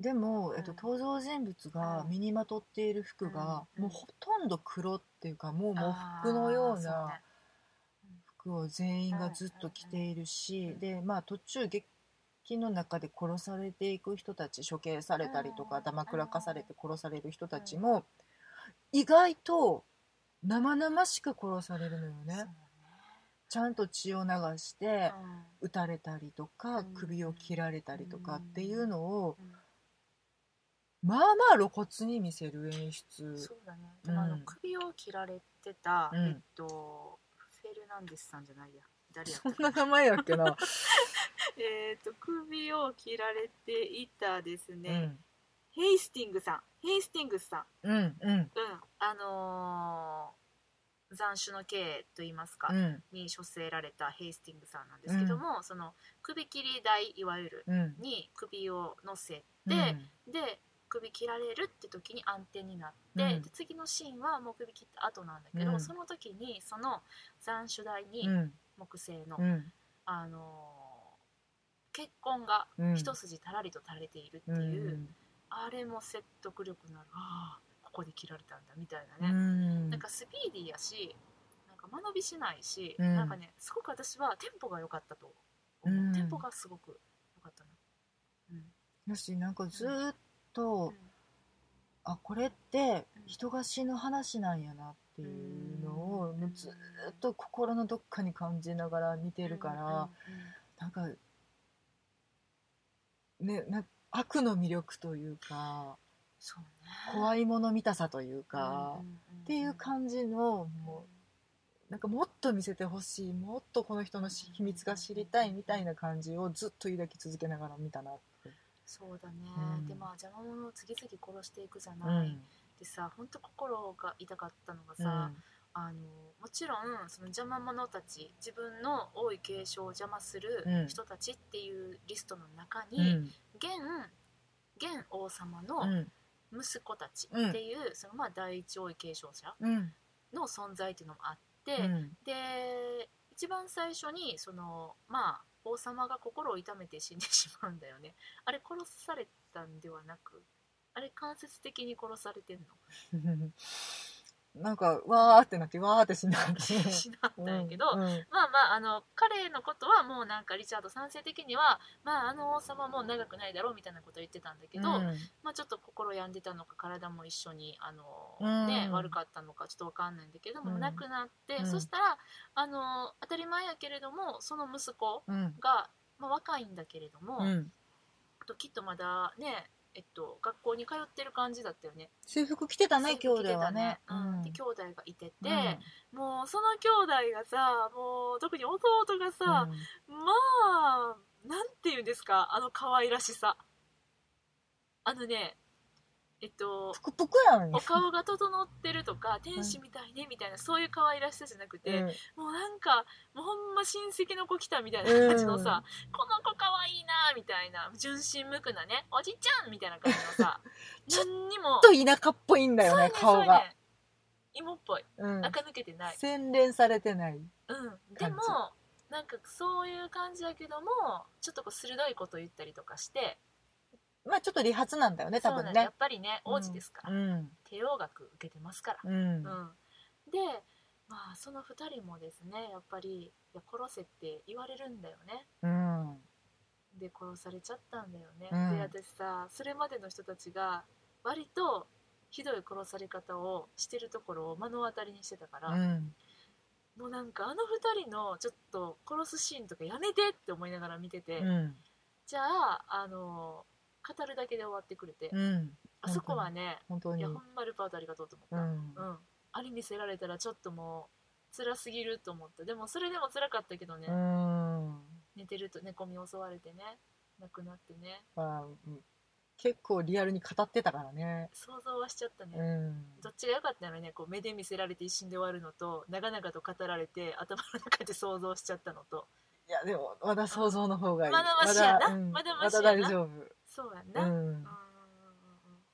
[SPEAKER 2] でも、えっと、
[SPEAKER 1] うん
[SPEAKER 2] 登場人物が身にまとっている服が、
[SPEAKER 1] うん
[SPEAKER 2] もうほとんど黒っていうかもう喪服のような服を全員がずっと着ているし、
[SPEAKER 1] うん
[SPEAKER 2] でまあ途中劇の中で殺されていく人たち処刑されたりと
[SPEAKER 1] う
[SPEAKER 2] か
[SPEAKER 1] ん
[SPEAKER 2] だまくらかされて殺される人たちも意外と生々しく殺されるのよ
[SPEAKER 1] あーそうね
[SPEAKER 2] ね。ちゃんと血を流し
[SPEAKER 1] そ
[SPEAKER 2] て
[SPEAKER 1] うね
[SPEAKER 2] 撃たれたりと
[SPEAKER 1] う
[SPEAKER 2] か
[SPEAKER 1] ん
[SPEAKER 2] 首を切られたりと
[SPEAKER 1] うん
[SPEAKER 2] かっていうのを
[SPEAKER 1] うんうん
[SPEAKER 2] まあまあ露骨に見せる演出
[SPEAKER 1] そうだね。でもあの
[SPEAKER 2] うん
[SPEAKER 1] 首を切られてた、
[SPEAKER 2] うん
[SPEAKER 1] えっとフェルナンデスさんじゃないや。誰やった
[SPEAKER 2] そん
[SPEAKER 1] っけ
[SPEAKER 2] な名前やっけな、
[SPEAKER 1] えっと首を切られていたです <laughs>
[SPEAKER 2] う
[SPEAKER 1] ね。
[SPEAKER 2] ん、
[SPEAKER 1] ヘイスティングさん、ヘイスティングスさん、
[SPEAKER 2] うんうん
[SPEAKER 1] うん、あのー斬首の刑と言いますか、
[SPEAKER 2] うん
[SPEAKER 1] に処せられたヘイスティングさんなんですけども、その首切り台いわゆる
[SPEAKER 2] うん
[SPEAKER 1] に首を乗せ
[SPEAKER 2] う
[SPEAKER 1] て、
[SPEAKER 2] ん
[SPEAKER 1] で首切られるって時に暗転になって、
[SPEAKER 2] うん
[SPEAKER 1] で次のシーンはもう首切った後なんだけど、
[SPEAKER 2] うん
[SPEAKER 1] その時にその斬首台に
[SPEAKER 2] うん
[SPEAKER 1] 木製の、
[SPEAKER 2] うん
[SPEAKER 1] あのー血痕が
[SPEAKER 2] うん
[SPEAKER 1] 一筋たらりと垂れているっていう、あれも説得力のあるあーここで切られたんだみたいなね、
[SPEAKER 2] ん
[SPEAKER 1] なんかスピーディーやしなんか間延びしないし、
[SPEAKER 2] うん
[SPEAKER 1] なんかねすごく私はテンポが良かったと思う、
[SPEAKER 2] うん
[SPEAKER 1] テンポがすごく良かったな、うん
[SPEAKER 2] よしなんかずーっ
[SPEAKER 1] う
[SPEAKER 2] と、
[SPEAKER 1] ん
[SPEAKER 2] あこれって
[SPEAKER 1] うん
[SPEAKER 2] 人が死ぬ話なんやなっていうのを、
[SPEAKER 1] うん
[SPEAKER 2] もうずーっと心のどっかに感じながら見てるから、
[SPEAKER 1] うんうんうん
[SPEAKER 2] なんかねな悪の魅力というか
[SPEAKER 1] そうね
[SPEAKER 2] 怖いもの見たさという
[SPEAKER 1] か
[SPEAKER 2] か、っていう感じのもうなんかもっと見せてほしいもっとこの人のし秘密が知りたいみたいな感じをずっと抱き続けながら見たなって。
[SPEAKER 1] そうだね、
[SPEAKER 2] うん
[SPEAKER 1] でまあ邪魔者を次々殺していくじゃない、でさ本当心が痛かったのが
[SPEAKER 2] うん
[SPEAKER 1] さ、あのもちろんその邪魔者たち自分の王位継承を邪魔す
[SPEAKER 2] う
[SPEAKER 1] る
[SPEAKER 2] ん
[SPEAKER 1] 人たちっていうリストの中に、
[SPEAKER 2] うん
[SPEAKER 1] 現現王様
[SPEAKER 2] う
[SPEAKER 1] の
[SPEAKER 2] ん
[SPEAKER 1] 息子たち
[SPEAKER 2] うん
[SPEAKER 1] っていう、そのまあ第一王位継承者
[SPEAKER 2] うん
[SPEAKER 1] の存在っていうのもあって、
[SPEAKER 2] うん
[SPEAKER 1] で一番最初にそのまあ王様が心を痛めて死んでしまうんだよね <laughs> あれ殺されたんではなくあれ間接的に殺され
[SPEAKER 2] <laughs>
[SPEAKER 1] てんの
[SPEAKER 2] なんかわーってなってわーってしながら
[SPEAKER 1] 死なったんやけど、
[SPEAKER 2] うんうん
[SPEAKER 1] まあまああの彼のことはもうなんかリチャード3世的にはまああの王様もう長くないだろうみたいなことを言ってたんだけど、
[SPEAKER 2] うん
[SPEAKER 1] まあ、ちょっと心病んでたのか体も一緒にあの、
[SPEAKER 2] うん
[SPEAKER 1] ね、悪かったのかちょっと分かんないんだけども、
[SPEAKER 2] うん
[SPEAKER 1] 亡くなって、
[SPEAKER 2] うん
[SPEAKER 1] そしたらあの当たり前やけれどもその息子
[SPEAKER 2] うん
[SPEAKER 1] が、まあ、若いんだけれども、
[SPEAKER 2] うん
[SPEAKER 1] ときっとまだねえっと、学校に通ってる感じだったよね。
[SPEAKER 2] 制服着てたね
[SPEAKER 1] 制
[SPEAKER 2] 兄
[SPEAKER 1] 服着て
[SPEAKER 2] 弟はね
[SPEAKER 1] たうん
[SPEAKER 2] うん
[SPEAKER 1] で兄弟がいてて、
[SPEAKER 2] うん
[SPEAKER 1] もうその兄弟がさもう特に弟がさ、
[SPEAKER 2] うん
[SPEAKER 1] まあなんて言うんですかあの可愛らしさあのねえっと
[SPEAKER 2] ぷくぷくやん
[SPEAKER 1] お顔が整ってるとか天使みたいねみたいなそういう可愛らしさじゃなくて、
[SPEAKER 2] うん
[SPEAKER 1] もうなんかもうほんま親戚の子来たみたいな感じのさ、この子可愛いなみたいな純真無垢なねおじちゃんみたいな感じのさ
[SPEAKER 2] <laughs> ちょっ
[SPEAKER 1] 何にも
[SPEAKER 2] ちょっと田舎っぽいんだよね
[SPEAKER 1] そう
[SPEAKER 2] 顔
[SPEAKER 1] やねそうや
[SPEAKER 2] が
[SPEAKER 1] ね芋っぽい
[SPEAKER 2] うん
[SPEAKER 1] 垢抜けてない、
[SPEAKER 2] 洗練されてない
[SPEAKER 1] うん、でもなんかそういう感じだけどもちょっとこう鋭いこと言ったりとかして
[SPEAKER 2] まあちょっと理髪なんだよね多
[SPEAKER 1] そうな
[SPEAKER 2] 分
[SPEAKER 1] んだや
[SPEAKER 2] ね
[SPEAKER 1] っぱりね王子ですから、
[SPEAKER 2] うん
[SPEAKER 1] 帝王学受けてますから、
[SPEAKER 2] う
[SPEAKER 1] う
[SPEAKER 2] ん
[SPEAKER 1] ん、で、まあ、その2人もですねやっぱりいや殺せって言われるんだよね
[SPEAKER 2] うん
[SPEAKER 1] で殺されちゃったんだよね、
[SPEAKER 2] うん
[SPEAKER 1] で私さそれまでの人たちが割とひどい殺され方をしてるところを目の当たりにしてたから、
[SPEAKER 2] うん
[SPEAKER 1] もうなんかあの2人のちょっと殺すシーンとかやめてって思いながら見てて、
[SPEAKER 2] うん
[SPEAKER 1] じゃああの語るだけで終わってくれて、
[SPEAKER 2] うん
[SPEAKER 1] あそこはね
[SPEAKER 2] 本当
[SPEAKER 1] い
[SPEAKER 2] に
[SPEAKER 1] やほんまルパートありがとうと思った、
[SPEAKER 2] うん
[SPEAKER 1] うん、あれ見せられたらちょっともう辛すぎると思ったでもそれでも辛かったけどね、
[SPEAKER 2] うん
[SPEAKER 1] 寝てると猫に襲われてね亡くなってね
[SPEAKER 2] まあうん結構リアルに語ってたからね
[SPEAKER 1] 想像はしちゃったね、
[SPEAKER 2] うん
[SPEAKER 1] どっちが良かったのねこう目で見せられて一瞬で終わるのと長々と語られて頭の中で想像しちゃったのと
[SPEAKER 2] いやでもまだ想像の方がいい
[SPEAKER 1] まだマシやな
[SPEAKER 2] まだうん
[SPEAKER 1] まだマ
[SPEAKER 2] ま
[SPEAKER 1] シや
[SPEAKER 2] だ
[SPEAKER 1] な
[SPEAKER 2] 大丈夫
[SPEAKER 1] そうやん
[SPEAKER 2] う
[SPEAKER 1] な、うん、
[SPEAKER 2] ん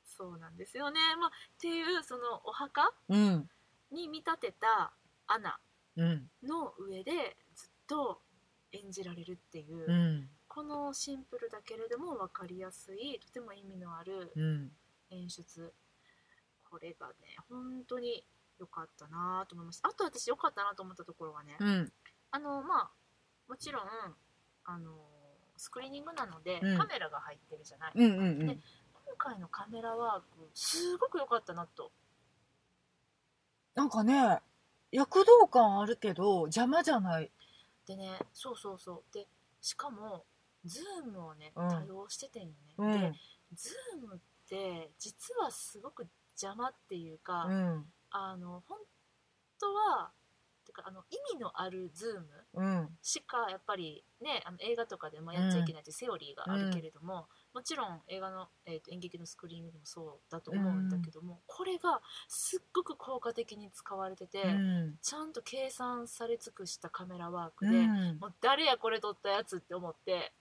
[SPEAKER 1] そうなんですよね、まあ、っていうそのお墓
[SPEAKER 2] うん
[SPEAKER 1] に見立てたアナ
[SPEAKER 2] うん
[SPEAKER 1] の上でずっと演じられるっていう、
[SPEAKER 2] うん
[SPEAKER 1] このシンプルだけれども分かりやすいとても意味のある
[SPEAKER 2] うん
[SPEAKER 1] 演出これがね本当に良かったなと思いましたあと私良かったなと思ったところはね、
[SPEAKER 2] うん
[SPEAKER 1] あのまあもちろんあのスクリーニングなので、
[SPEAKER 2] うん
[SPEAKER 1] カメラが入ってるじゃない、
[SPEAKER 2] うんうんう
[SPEAKER 1] で
[SPEAKER 2] ん
[SPEAKER 1] 今回のカメラワークすごく良かったなと
[SPEAKER 2] なんかね躍動感あるけど邪魔じゃない
[SPEAKER 1] でねそうそうそうでしかもズームをね
[SPEAKER 2] うん
[SPEAKER 1] 多用しててんよね、
[SPEAKER 2] うん
[SPEAKER 1] でズームって実はすごく邪魔っていうか、
[SPEAKER 2] うん
[SPEAKER 1] あの本当はてかあの意味のあるズーム
[SPEAKER 2] うん
[SPEAKER 1] しかやっぱりねあの映画とかでもやっちゃいけないっていうセオリーがあるけれども、もちろん映画の、えー、と演劇のスクリーニングもそうだと思うんだけども、これがすっごく効果的に使われてて、
[SPEAKER 2] うん
[SPEAKER 1] ちゃんと計算され尽くしたカメラワーク
[SPEAKER 2] う
[SPEAKER 1] で、
[SPEAKER 2] ん
[SPEAKER 1] もう誰やこれ撮ったやつって思って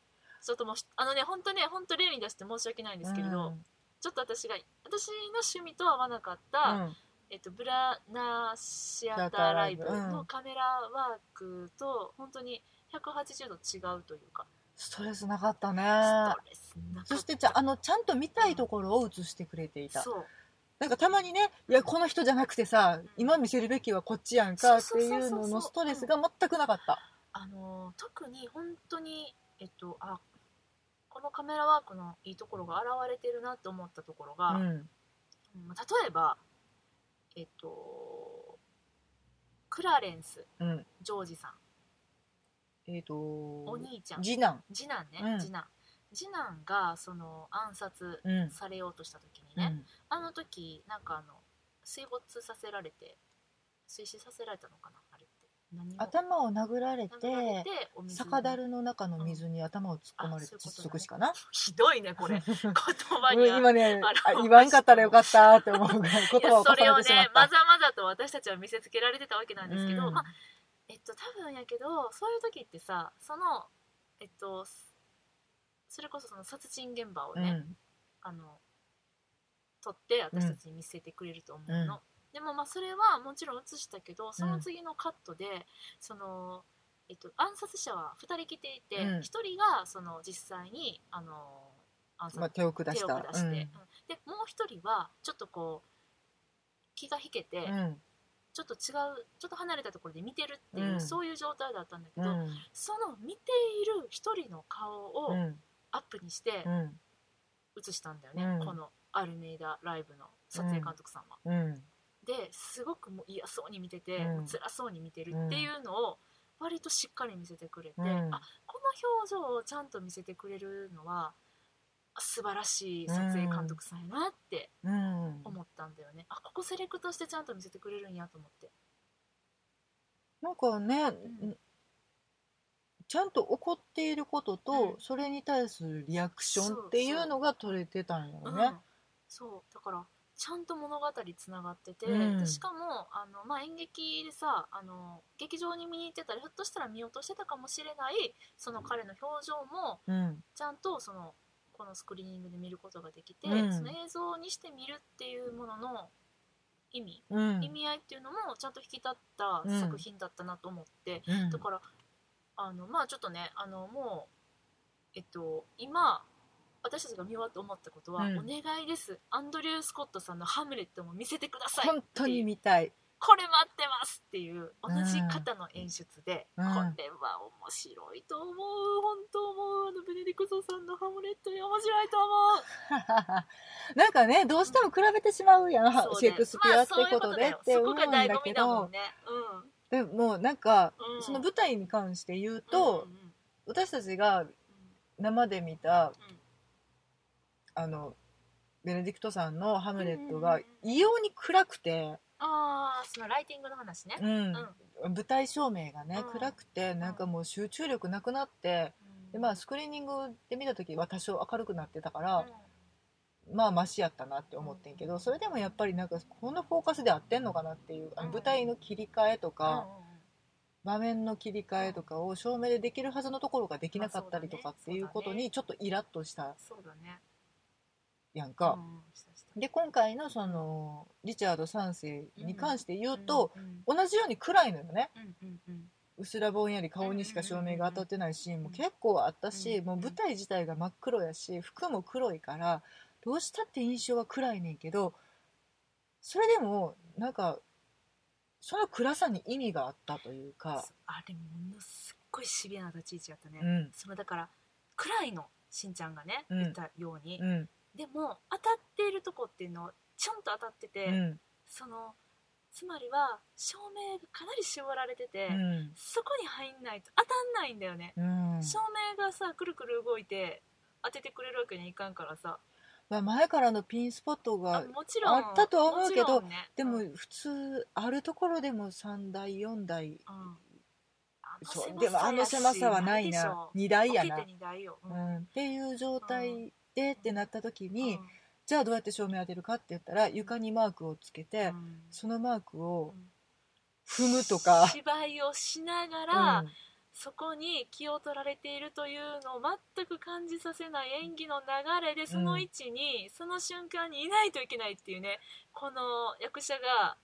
[SPEAKER 1] ちょっともうあのね本当ね本当例に出して申し訳ないんですけれど、
[SPEAKER 2] うん
[SPEAKER 1] ちょっと私が私の趣味とは合わなかった、
[SPEAKER 2] うん
[SPEAKER 1] えっと、ブラナシアターライブのカメラワークと本当に180度違うというか、
[SPEAKER 2] ストレスなかったね
[SPEAKER 1] ストレスなかった
[SPEAKER 2] そしてちゃあのちゃんと見たいところを映してくれていた
[SPEAKER 1] そう
[SPEAKER 2] なんかたまにねいやこの人じゃなくてさ
[SPEAKER 1] ん
[SPEAKER 2] 今見せるべきはこっちやんかって
[SPEAKER 1] そうそう
[SPEAKER 2] い
[SPEAKER 1] そうそう
[SPEAKER 2] う
[SPEAKER 1] そう
[SPEAKER 2] ののストレスが全くなかった
[SPEAKER 1] あのー特に本当にえっとあこのカメラワークのいいところが現れてるなと思ったところが、
[SPEAKER 2] うん
[SPEAKER 1] うん例えばえっとクラレンス
[SPEAKER 2] うん
[SPEAKER 1] ジョージさん
[SPEAKER 2] えっと
[SPEAKER 1] お兄ちゃん
[SPEAKER 2] 次男
[SPEAKER 1] 次男ね、
[SPEAKER 2] うん
[SPEAKER 1] 次男次男がその暗殺
[SPEAKER 2] うん
[SPEAKER 1] されようとした時に
[SPEAKER 2] う
[SPEAKER 1] ね、
[SPEAKER 2] ん
[SPEAKER 1] あの時なんかあの水没させられて水死させられたのかなあれって何を
[SPEAKER 2] 頭を殴られ
[SPEAKER 1] 殴られ
[SPEAKER 2] て
[SPEAKER 1] てお水に
[SPEAKER 2] 酒樽の中の水に頭を突っ込まれて
[SPEAKER 1] あそういうことだね
[SPEAKER 2] 窒息死かな
[SPEAKER 1] ひどいねこれ言葉
[SPEAKER 2] うん
[SPEAKER 1] には
[SPEAKER 2] <laughs> 今ね
[SPEAKER 1] あら
[SPEAKER 2] あ言わんかったらよかったって思うぐらい言
[SPEAKER 1] い
[SPEAKER 2] 葉
[SPEAKER 1] や
[SPEAKER 2] を
[SPEAKER 1] それ
[SPEAKER 2] 重
[SPEAKER 1] を
[SPEAKER 2] ねてしま
[SPEAKER 1] ね
[SPEAKER 2] っ
[SPEAKER 1] ま
[SPEAKER 2] た
[SPEAKER 1] ざまざと私たちは見せつけられてたわけなんですけど、
[SPEAKER 2] うん
[SPEAKER 1] まあえっと多分やけどそういう時ってさそのえっとそれこそその殺人現場を
[SPEAKER 2] う
[SPEAKER 1] ね、
[SPEAKER 2] ん
[SPEAKER 1] あの撮って私たちに見せてくれると思うの、
[SPEAKER 2] うん
[SPEAKER 1] でもまあそれはもちろん映したけどその次のカットで、その、えっと、暗殺者は2人来ていて、
[SPEAKER 2] うん
[SPEAKER 1] 1人がその実際にあの暗殺、
[SPEAKER 2] まあ手を下
[SPEAKER 1] 手
[SPEAKER 2] し
[SPEAKER 1] を
[SPEAKER 2] た
[SPEAKER 1] 下して、
[SPEAKER 2] う
[SPEAKER 1] うん
[SPEAKER 2] ん
[SPEAKER 1] でもう1人はちょっとこう気が引けて、
[SPEAKER 2] うん
[SPEAKER 1] ちょっと違うちょっと離れたところで見てるっていう、
[SPEAKER 2] うん
[SPEAKER 1] そういう状態だったんだけ
[SPEAKER 2] う
[SPEAKER 1] ど、
[SPEAKER 2] ん
[SPEAKER 1] その見ている1人の顔
[SPEAKER 2] う
[SPEAKER 1] を
[SPEAKER 2] ん
[SPEAKER 1] アップにして、
[SPEAKER 2] うん
[SPEAKER 1] 映したんだよね、
[SPEAKER 2] うん
[SPEAKER 1] このアルメイダライブの撮影監督さんは。
[SPEAKER 2] うん
[SPEAKER 1] ですごくもう嫌そうに見てて、
[SPEAKER 2] うん
[SPEAKER 1] もう辛そうに見てるっていうのを割としっかり見せてくれて、
[SPEAKER 2] うん
[SPEAKER 1] あこの表情をちゃんと見せてくれるのは素晴らしい撮影監督さんやなって
[SPEAKER 2] うん、
[SPEAKER 1] 思ったんだよね、あここセレクトしてちゃんと見せてくれるんやと思って
[SPEAKER 2] なんかね、
[SPEAKER 1] ん
[SPEAKER 2] ちゃんと怒っていることと、
[SPEAKER 1] うん
[SPEAKER 2] それに対するリアクションっていうのが取れてたんやろ
[SPEAKER 1] う
[SPEAKER 2] うんね。
[SPEAKER 1] そうだからちゃんと物語つながってて、
[SPEAKER 2] うん
[SPEAKER 1] でしかもあの、まあ、演劇でさあの劇場に見に行ってたらひょっとしたら見落としてたかもしれないその彼の表情も
[SPEAKER 2] うん、
[SPEAKER 1] ちゃんとそのこのスクリーニングで見ることができて、
[SPEAKER 2] うん
[SPEAKER 1] その映像にして見るっていうものの意味、
[SPEAKER 2] うん、
[SPEAKER 1] 意味合いっていうのもちゃんと引き立った作品だったなと思って、
[SPEAKER 2] うん
[SPEAKER 1] だからあのまあちょっとねあのもうえっと今私たちが見終わって思ったことは、
[SPEAKER 2] うん
[SPEAKER 1] お願いですアンドリュー・スコットさんの「ハムレット」も見せてください
[SPEAKER 2] 本当に見たい。 <laughs>
[SPEAKER 1] これ待ってますっていう同じ方の演出で、
[SPEAKER 2] うん
[SPEAKER 1] これは面白いと思う本当思うあのベネディクトさんの「ハムレット」面白いと思う
[SPEAKER 2] なんかね、どうしても比べてしまうやん、
[SPEAKER 1] そうね
[SPEAKER 2] シェイクスピアってことで
[SPEAKER 1] まあそ
[SPEAKER 2] っ
[SPEAKER 1] う
[SPEAKER 2] て
[SPEAKER 1] いう
[SPEAKER 2] 思う
[SPEAKER 1] こ
[SPEAKER 2] ん
[SPEAKER 1] とだよそこが醍醐
[SPEAKER 2] だけ
[SPEAKER 1] 味だも
[SPEAKER 2] ど
[SPEAKER 1] ん、ね
[SPEAKER 2] でもなんか、
[SPEAKER 1] うんうん
[SPEAKER 2] その舞台に関して言うと
[SPEAKER 1] う、んうんうん
[SPEAKER 2] 私たちが生で見た、
[SPEAKER 1] うん
[SPEAKER 2] あの、ベネディクトさんのハムレット
[SPEAKER 1] う
[SPEAKER 2] が
[SPEAKER 1] ん
[SPEAKER 2] 異様に暗くて、
[SPEAKER 1] ああそのライティングの話ね、
[SPEAKER 2] うん
[SPEAKER 1] うん
[SPEAKER 2] 舞台照明がね、
[SPEAKER 1] うん
[SPEAKER 2] 暗くてなんかもう集中力なくなってで、まあ、スクリーニングで見た時は多少明るくなってたから、まあマシやったなって思ってんけどそれでもやっぱりなんかこのフォーカスで合ってんのかなっていうあ
[SPEAKER 1] う
[SPEAKER 2] の
[SPEAKER 1] ん
[SPEAKER 2] 舞台の切り替えと
[SPEAKER 1] うん
[SPEAKER 2] か、場面の切り替えとかを照明でできるはずのところができなかったりとかっていうことにちょっとイラッとした
[SPEAKER 1] そうだね
[SPEAKER 2] やんか
[SPEAKER 1] う。んしたした
[SPEAKER 2] で今回のそのリチャード3世に関して言うと、
[SPEAKER 1] うん
[SPEAKER 2] 同じように暗いのよね。
[SPEAKER 1] うんうんうん
[SPEAKER 2] うすらぼんやり顔にしか照明が当たってないシーン
[SPEAKER 1] う
[SPEAKER 2] も
[SPEAKER 1] ん
[SPEAKER 2] 結構あったし、
[SPEAKER 1] うん
[SPEAKER 2] もう舞台自体が真っ黒やし服も黒いからどうしたって印象は暗いねんけどそれでもなんかその暗さに意味があったというか
[SPEAKER 1] そ、あれものすっごいシビアな立ち位置やったね、
[SPEAKER 2] うん
[SPEAKER 1] そのだから暗いのしんちゃんがね
[SPEAKER 2] うん
[SPEAKER 1] 言ったように、
[SPEAKER 2] うん
[SPEAKER 1] でも当たっているとこっていうのはちゃんと当たってて、
[SPEAKER 2] うん
[SPEAKER 1] そのつまりは照明がかなり絞られてて、
[SPEAKER 2] うん
[SPEAKER 1] そこに入んないと当たんないんだよね、
[SPEAKER 2] うん
[SPEAKER 1] 照明がさくるくる動いて当ててくれるわけにはいかんからさ、
[SPEAKER 2] まあ、前からのピンスポット
[SPEAKER 1] あ
[SPEAKER 2] が
[SPEAKER 1] もちろん
[SPEAKER 2] あったとは思うけど
[SPEAKER 1] もちろんね
[SPEAKER 2] でも
[SPEAKER 1] うん
[SPEAKER 2] 普通あるところでも3台4台
[SPEAKER 1] うん
[SPEAKER 2] そうでもあの狭さはないな2
[SPEAKER 1] な
[SPEAKER 2] 台
[SPEAKER 1] い
[SPEAKER 2] や
[SPEAKER 1] や
[SPEAKER 2] な
[SPEAKER 1] な、にないよ、う
[SPEAKER 2] うんん、っていう状態でってなった時
[SPEAKER 1] う
[SPEAKER 2] に、
[SPEAKER 1] ん
[SPEAKER 2] じゃあどうやって照明当てるかって言ったら床にマークをつけて、
[SPEAKER 1] うん
[SPEAKER 2] そのマークを
[SPEAKER 1] うん
[SPEAKER 2] 踏むとか、
[SPEAKER 1] 芝居をしながら、
[SPEAKER 2] うん
[SPEAKER 1] そこに気を取られているというのを全く感じさせない演技の流れでその位置に、その瞬間にいないといけないっていうねこの役者が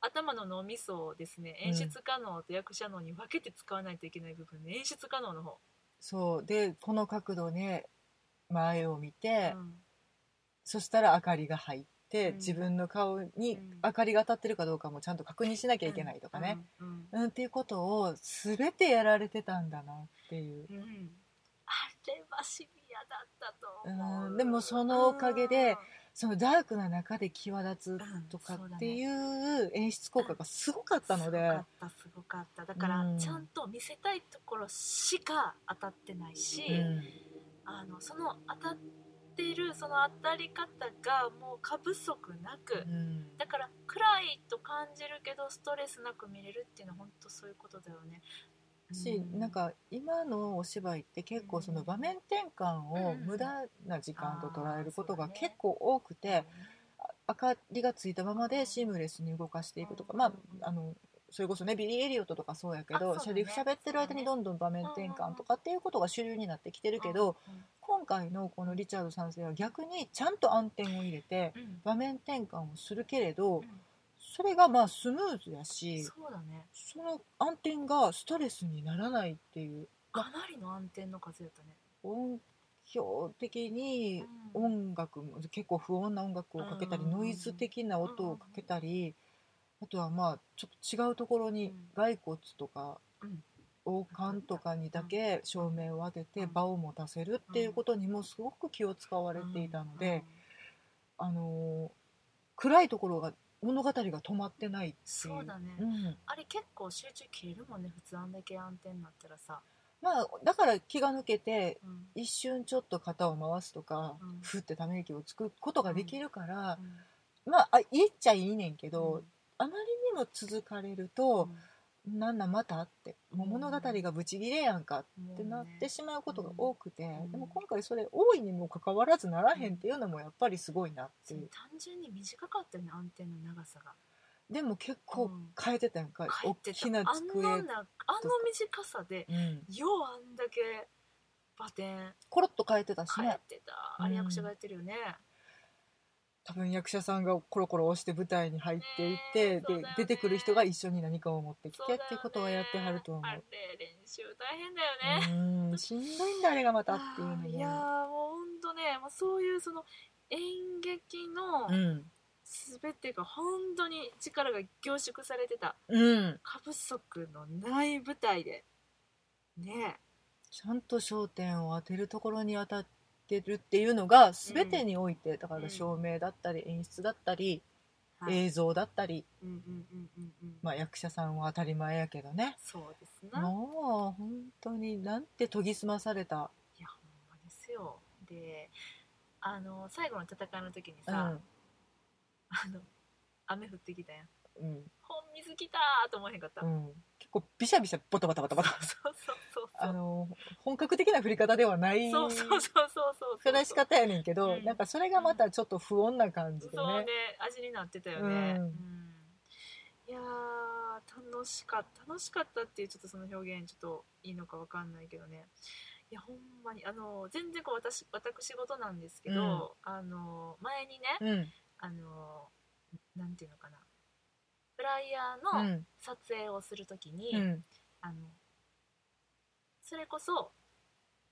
[SPEAKER 1] 頭の脳みそをですね
[SPEAKER 2] うん
[SPEAKER 1] 演出可能と役者脳に分けて使わないといけない部分で演出可能の方、
[SPEAKER 2] そうでこの角度で前を見
[SPEAKER 1] う
[SPEAKER 2] て、
[SPEAKER 1] ん
[SPEAKER 2] そしたら明かりが入っ
[SPEAKER 1] う
[SPEAKER 2] て、
[SPEAKER 1] ん
[SPEAKER 2] 自分の顔に
[SPEAKER 1] うん
[SPEAKER 2] 明かりが当たってるかどうかもちゃんと確認しなきゃいけないとかね、、
[SPEAKER 1] うんうん
[SPEAKER 2] うんっていうことを全てやられてたんだなっていう、
[SPEAKER 1] うんあれはシビアだったと思う、
[SPEAKER 2] うんでもそのおかげでそのダークな中で際立
[SPEAKER 1] うん
[SPEAKER 2] つとか
[SPEAKER 1] そう
[SPEAKER 2] っ
[SPEAKER 1] だ
[SPEAKER 2] て
[SPEAKER 1] ね
[SPEAKER 2] いう演出効果がすごかった
[SPEAKER 1] す
[SPEAKER 2] ので、
[SPEAKER 1] ごかったすごかっただから、
[SPEAKER 2] うん
[SPEAKER 1] ちゃんと見せたいところしか当たってないし、
[SPEAKER 2] うん
[SPEAKER 1] あのその当たってるその当たり方がもう過不足なく、
[SPEAKER 2] うん
[SPEAKER 1] だから暗いと感じるけどストレスなく見れるっていうのは本当そういうことだよね。
[SPEAKER 2] し
[SPEAKER 1] う
[SPEAKER 2] なんか今のお芝居って結構その場面転換を無駄な時間と捉えることが結構多くてあ明かりがついたままでシームレスに動かしていくとかまああのそれこそねビリー・エリオットとかそうやけ
[SPEAKER 1] あそう
[SPEAKER 2] ど
[SPEAKER 1] だね
[SPEAKER 2] セリフ喋ってる間にどんどん場面転換とかっていうことが主流になってきてるけど、今回のこのリチャード3世は逆にちゃんと暗転を入れて
[SPEAKER 1] うんうん
[SPEAKER 2] 場面転換をするけれど
[SPEAKER 1] うん
[SPEAKER 2] それがまあスムーズや
[SPEAKER 1] うん
[SPEAKER 2] し
[SPEAKER 1] そうだね
[SPEAKER 2] その暗転がストレスにならないっていう。
[SPEAKER 1] かなりの暗転の数やったね。
[SPEAKER 2] 音響的に
[SPEAKER 1] うん
[SPEAKER 2] 音楽も結構不穏な音楽をかけたり
[SPEAKER 1] うん
[SPEAKER 2] ノイズ的な音をかけたりあとはまあちょっと違うところに
[SPEAKER 1] うん
[SPEAKER 2] 骸骨とか
[SPEAKER 1] うん
[SPEAKER 2] 王冠とかにだけ照明を当て
[SPEAKER 1] う
[SPEAKER 2] て
[SPEAKER 1] ん
[SPEAKER 2] 場を持たせるっていうことにもすごく気を使われていたのであのー暗いところが物語が止まってないってい
[SPEAKER 1] そうだね
[SPEAKER 2] うん
[SPEAKER 1] あれ結構集中切れるもんね普通あんだけ暗転になったらさ
[SPEAKER 2] まあだから気が抜けて
[SPEAKER 1] うん
[SPEAKER 2] 一瞬ちょっと肩を回すとか、
[SPEAKER 1] うん
[SPEAKER 2] ふってため息をつくことができるから、まああ言っちゃいいねんけど、あまりにも続かれると、なんなんまたってもう物語がブチギレやんか
[SPEAKER 1] っ
[SPEAKER 2] ってなってしまうことが多くて、
[SPEAKER 1] ん
[SPEAKER 2] でも今回それ多いにもかかわらずならへんっていうのもやっぱりすごいなっていう、
[SPEAKER 1] 単純に短かったよね暗転の長さが
[SPEAKER 2] でも結構
[SPEAKER 1] うん
[SPEAKER 2] 変えてたやんか、
[SPEAKER 1] 書いてた
[SPEAKER 2] 大きな机、
[SPEAKER 1] あんななあの短さで
[SPEAKER 2] うん、
[SPEAKER 1] ようあんだけバテン
[SPEAKER 2] コロッと変えてたし
[SPEAKER 1] 変え
[SPEAKER 2] ね
[SPEAKER 1] てたあれ役者がやってるよね
[SPEAKER 2] 多分役者さんがコロコロ押して舞台に入っていっ
[SPEAKER 1] ね
[SPEAKER 2] て、
[SPEAKER 1] え
[SPEAKER 2] で
[SPEAKER 1] そうだよね
[SPEAKER 2] 出てくる人が一緒に何かを持ってきて
[SPEAKER 1] そ
[SPEAKER 2] っ
[SPEAKER 1] うだよね
[SPEAKER 2] てことはやってはると思
[SPEAKER 1] あ
[SPEAKER 2] う
[SPEAKER 1] れ練習大変だよね、
[SPEAKER 2] うんしんどいんだあれがまたっていうの
[SPEAKER 1] あ
[SPEAKER 2] も
[SPEAKER 1] ーいやーもうほんとね、まあ、そういうその演劇の
[SPEAKER 2] うん
[SPEAKER 1] 全てが本当に力が凝縮されてた
[SPEAKER 2] うん
[SPEAKER 1] 過不足のない舞台でね
[SPEAKER 2] ちゃんと焦点を当てるところに当たってるっていうのが全てにおいて、だから照明だったり演出だったり、
[SPEAKER 1] はい
[SPEAKER 2] 映像だったり、
[SPEAKER 1] うんうんうんうんうん
[SPEAKER 2] まあ、役者さんは当たり前やけどね
[SPEAKER 1] そうですな、
[SPEAKER 2] もう本当になんて研ぎ澄まされた、
[SPEAKER 1] いやほんまですよであの最後の戦いの時に
[SPEAKER 2] う
[SPEAKER 1] さ、
[SPEAKER 2] ん
[SPEAKER 1] あの雨降ってきたやん
[SPEAKER 2] うん
[SPEAKER 1] 本水来たーと思わへんかった、
[SPEAKER 2] うん、結構ビシャビシャボタバタバタバタ
[SPEAKER 1] <laughs> そうそうそうそ
[SPEAKER 2] あ
[SPEAKER 1] う
[SPEAKER 2] の本格的な振り方ではない
[SPEAKER 1] そうそうそうそうそう
[SPEAKER 2] 暮らし方やねんけど、
[SPEAKER 1] うん
[SPEAKER 2] なんかそれがまたちょっと不穏な感じで
[SPEAKER 1] そうね
[SPEAKER 2] ね。
[SPEAKER 1] 味になってたよね、
[SPEAKER 2] うん
[SPEAKER 1] うんいやー楽しかった楽しかったっていうちょっとその表現ちょっといいのかわかんないけどねいやほんまにあの全然こう私私事なんですけど、あの前にね、
[SPEAKER 2] うん
[SPEAKER 1] あのなんていうのかなフライヤ
[SPEAKER 2] う
[SPEAKER 1] ーの
[SPEAKER 2] ん
[SPEAKER 1] 撮影をするときに、
[SPEAKER 2] うん
[SPEAKER 1] あのそれこそ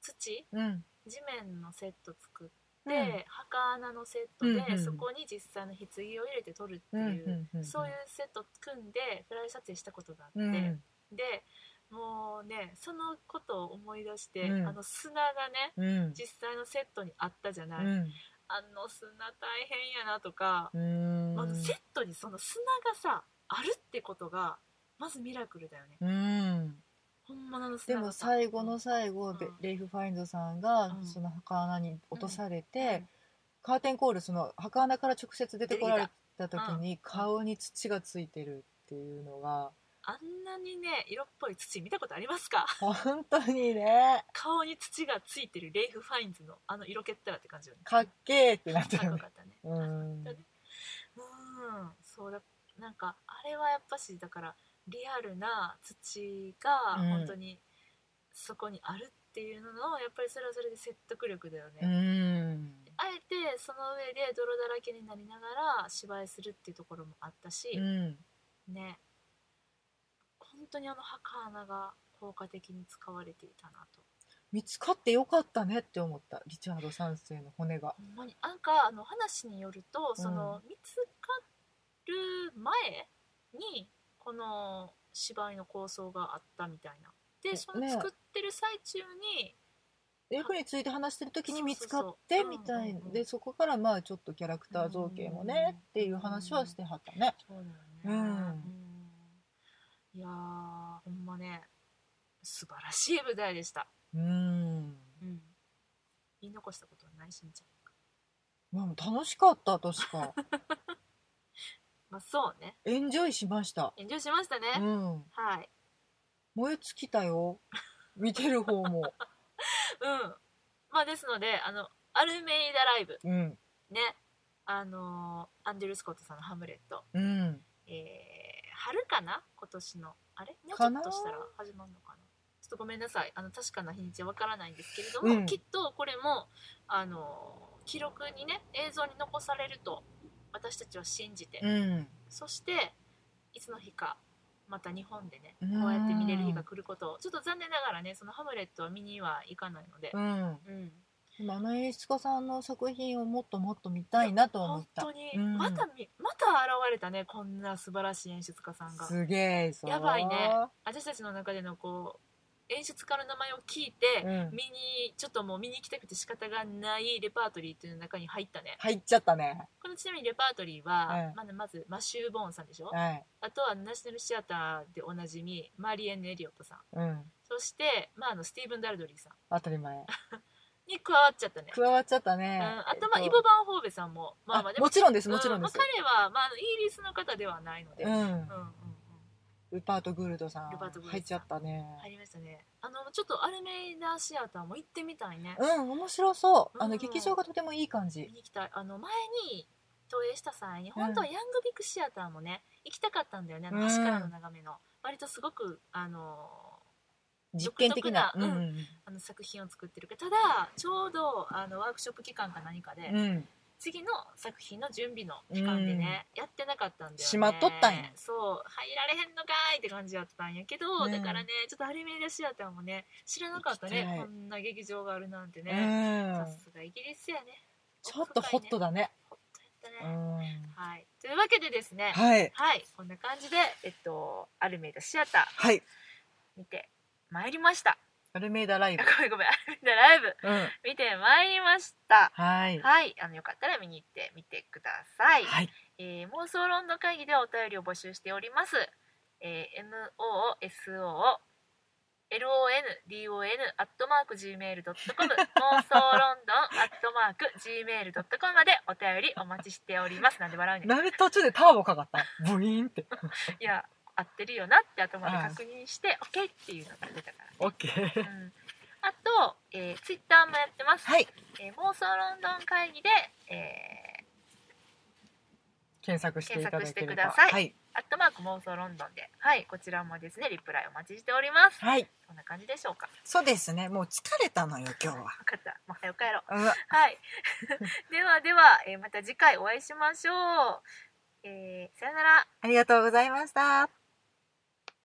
[SPEAKER 1] 土
[SPEAKER 2] うん
[SPEAKER 1] 地面のセット作って
[SPEAKER 2] うん
[SPEAKER 1] 墓穴のセットで、
[SPEAKER 2] うんうん
[SPEAKER 1] そこに実際の棺を入れて撮るって
[SPEAKER 2] うんう
[SPEAKER 1] いう、
[SPEAKER 2] んうん
[SPEAKER 1] そういうセット組んでフライ撮影したことがあって、
[SPEAKER 2] うん
[SPEAKER 1] でもうねそのことを思い出して、
[SPEAKER 2] うん
[SPEAKER 1] あの砂がね
[SPEAKER 2] うん
[SPEAKER 1] 実際のセットにあったじゃない、
[SPEAKER 2] うん
[SPEAKER 1] あの砂大変やなとか、
[SPEAKER 2] うん
[SPEAKER 1] あのセットにその砂がさあるってことがまずミラクルだよね
[SPEAKER 2] うん
[SPEAKER 1] 本物の
[SPEAKER 2] で
[SPEAKER 1] 砂が
[SPEAKER 2] も
[SPEAKER 1] さ
[SPEAKER 2] 最後の最後、
[SPEAKER 1] うん
[SPEAKER 2] レレイフ・ファインドさんが
[SPEAKER 1] うん
[SPEAKER 2] その墓穴に落とされて、
[SPEAKER 1] うん
[SPEAKER 2] カーテンコールその墓穴から直接出てこられた時に、顔に土がついてるっていうのが
[SPEAKER 1] あんなにね色っぽい土見たことありますか
[SPEAKER 2] 本当にね
[SPEAKER 1] 顔に土がついてるレイフ・ファインズのあの色気ったらって感じよね
[SPEAKER 2] かっけーってなっ
[SPEAKER 1] か
[SPEAKER 2] た
[SPEAKER 1] っこ
[SPEAKER 2] よ
[SPEAKER 1] よ
[SPEAKER 2] ね
[SPEAKER 1] かったね
[SPEAKER 2] う
[SPEAKER 1] うんうん
[SPEAKER 2] ん
[SPEAKER 1] そうだなんかあれはやっぱしだからリアルな土が
[SPEAKER 2] うん
[SPEAKER 1] 本当にそこにあるっていうののやっぱりそれはそれで説得力だよね、
[SPEAKER 2] うん
[SPEAKER 1] あえてその上で泥だらけになりながら芝居するっていうところもあったし、
[SPEAKER 2] うん
[SPEAKER 1] ね本当にあの墓穴が効果的に使われていたなと
[SPEAKER 2] 見つかってよかったねって思ったリチャード三世の骨が
[SPEAKER 1] ほんまになんかあの話によるとその、見つかる前にこの芝居の構想があったみたいなで
[SPEAKER 2] ね
[SPEAKER 1] その作ってる最中に、
[SPEAKER 2] レフについて話してる時に見つかっ
[SPEAKER 1] そ
[SPEAKER 2] て
[SPEAKER 1] うそうそう
[SPEAKER 2] みたい
[SPEAKER 1] うんうんうん
[SPEAKER 2] でそこからまあちょっとキャラクター造形もねっていう話はしてはったね
[SPEAKER 1] そうだよね
[SPEAKER 2] うん
[SPEAKER 1] うんいやーほんまね素晴らしい舞台でした、
[SPEAKER 2] うん
[SPEAKER 1] うん、言い残したことはないしんちゃん
[SPEAKER 2] まあ楽しかったとし
[SPEAKER 1] <laughs>
[SPEAKER 2] か
[SPEAKER 1] まあそうね
[SPEAKER 2] エンジョイしました
[SPEAKER 1] 炎上しましたね、
[SPEAKER 2] うん
[SPEAKER 1] はい
[SPEAKER 2] 燃え尽きたよ見てる方も
[SPEAKER 1] うんまあですのであのアルメイダライブ
[SPEAKER 2] うん
[SPEAKER 1] ねあのーアンデル・スコットさんの「ハムレット
[SPEAKER 2] うん」
[SPEAKER 1] えー春かな今年のあれもうちょ
[SPEAKER 2] か
[SPEAKER 1] っ
[SPEAKER 2] な
[SPEAKER 1] としたら始まるのかなちょっとごめんなさいあの確かな日にちはわからないんですけれども、
[SPEAKER 2] うん
[SPEAKER 1] きっとこれもあのー記録にね映像に残されると私たちは信じて、
[SPEAKER 2] うん
[SPEAKER 1] そしていつの日かまた日本でね
[SPEAKER 2] うん
[SPEAKER 1] こうやって見れる日が来ることをちょっと残念ながらねその「ハムレット」は見にはいかないので、
[SPEAKER 2] うん
[SPEAKER 1] うん、
[SPEAKER 2] でもあの演出家さんの作品をもっともっと見たいなと思っ
[SPEAKER 1] 本
[SPEAKER 2] た
[SPEAKER 1] 当に、
[SPEAKER 2] うん
[SPEAKER 1] またみまた現れたねこんな素晴らしい演出家さんが
[SPEAKER 2] すげえぞ
[SPEAKER 1] やばいね私たちの中でのこう演出家の名前を聞いて、
[SPEAKER 2] うん
[SPEAKER 1] 見にちょっともう見に行きたくて仕方がないレパートリーっていうの中に入ったね
[SPEAKER 2] 入っちゃったね
[SPEAKER 1] このちなみにレパートリーは、
[SPEAKER 2] うん
[SPEAKER 1] まずまずマシュー・ボーンさんでしょ、
[SPEAKER 2] はい
[SPEAKER 1] あとはナショナルシアターでおなじみマリエン・エリオットさん
[SPEAKER 2] うん
[SPEAKER 1] そして、まあ、あのスティーブン・ダルドリーさん
[SPEAKER 2] 当たり前
[SPEAKER 1] に加わっちゃったね。
[SPEAKER 2] 加わっちゃっ
[SPEAKER 1] <laughs>
[SPEAKER 2] た
[SPEAKER 1] う
[SPEAKER 2] ね
[SPEAKER 1] ん、、あと、まあ、
[SPEAKER 2] えっ
[SPEAKER 1] イボ・バンホーベさんも、まあまあ、
[SPEAKER 2] あ
[SPEAKER 1] で
[SPEAKER 2] もちろんですもちろんです
[SPEAKER 1] う、まあ、彼は、まあ、あのイギリスの方ではないので、
[SPEAKER 2] う
[SPEAKER 1] うん
[SPEAKER 2] ん
[SPEAKER 1] うんうん
[SPEAKER 2] ルパート・グールドさん
[SPEAKER 1] ルパートグールドさん
[SPEAKER 2] 入っちゃったね、
[SPEAKER 1] 入りましたね。あの、ちょっとアルメイダシアターも行ってみたいね。
[SPEAKER 2] うん面白そうあ
[SPEAKER 1] う
[SPEAKER 2] の
[SPEAKER 1] ん
[SPEAKER 2] 劇場がとてもいい感
[SPEAKER 1] 見
[SPEAKER 2] じ
[SPEAKER 1] に行きたい。あの、前に投影した際に、本当はヤングビッグシアターもね、行きたかったんだよね、あの
[SPEAKER 2] うん
[SPEAKER 1] 橋からの眺めの。割とすごく、あの
[SPEAKER 2] 実験的な
[SPEAKER 1] 独特な
[SPEAKER 2] うん
[SPEAKER 1] あの作品を作ってるけどただちょうどあのワークショップ期間か何かで、
[SPEAKER 2] うんうん
[SPEAKER 1] 次の作品の準備の期間でね、やってなかったんだよね
[SPEAKER 2] しまっとったんや
[SPEAKER 1] そう入られへんのかいって感じやったんやけど、
[SPEAKER 2] うん
[SPEAKER 1] だからねちょっとアルメイダシアターもね知らなかった
[SPEAKER 2] 行き
[SPEAKER 1] ね
[SPEAKER 2] たい
[SPEAKER 1] こんな劇場があるなんて
[SPEAKER 2] う
[SPEAKER 1] ね、さ
[SPEAKER 2] ん
[SPEAKER 1] すがイギリスやね
[SPEAKER 2] ちょっとホットだね
[SPEAKER 1] ホットやっ
[SPEAKER 2] う
[SPEAKER 1] たね、
[SPEAKER 2] ん
[SPEAKER 1] はいというわけでですねはい、
[SPEAKER 2] はい
[SPEAKER 1] こんな感じでえっとアルメイダシアター
[SPEAKER 2] はい
[SPEAKER 1] 見てまいりました
[SPEAKER 2] アルメイダライ
[SPEAKER 1] ご
[SPEAKER 2] ブ
[SPEAKER 1] めんごめんアルメイダライブ
[SPEAKER 2] うん
[SPEAKER 1] 見てまいりました
[SPEAKER 2] はい
[SPEAKER 1] はい、あのよかったら見に行ってみてください。
[SPEAKER 2] はい
[SPEAKER 1] えー妄想論の会議ではお便りを募集しております。えー、m o s o l o n d o n アットマーク gmail ドットコ
[SPEAKER 2] <laughs>
[SPEAKER 1] ム妄想ロンドンアットマーク gmail ドットコムまでお便りお待ちしております。なんで笑うねん。
[SPEAKER 2] なんで途中でターボかかったブイーンって
[SPEAKER 1] いや合ってるよなって頭で確認して OK っていうのが出たから。
[SPEAKER 2] オッケー
[SPEAKER 1] うんあと、えー、ツイッターもやってます。
[SPEAKER 2] はい
[SPEAKER 1] えー妄想ロンドン会議で、えー
[SPEAKER 2] 検索していただければ
[SPEAKER 1] 検索してください
[SPEAKER 2] はい
[SPEAKER 1] アットマーク妄想ロンドンで、はい、こちらもですね、リプライお待ちしております。
[SPEAKER 2] はい
[SPEAKER 1] そんな感じでしょうか。
[SPEAKER 2] そうですねもう疲れたのよ今日は
[SPEAKER 1] 分かった。もう早く帰ろう。
[SPEAKER 2] うわ
[SPEAKER 1] はい。 <laughs> ではでは、えーまた次回お会いしましょう。えーさよなら。
[SPEAKER 2] ありがとうございました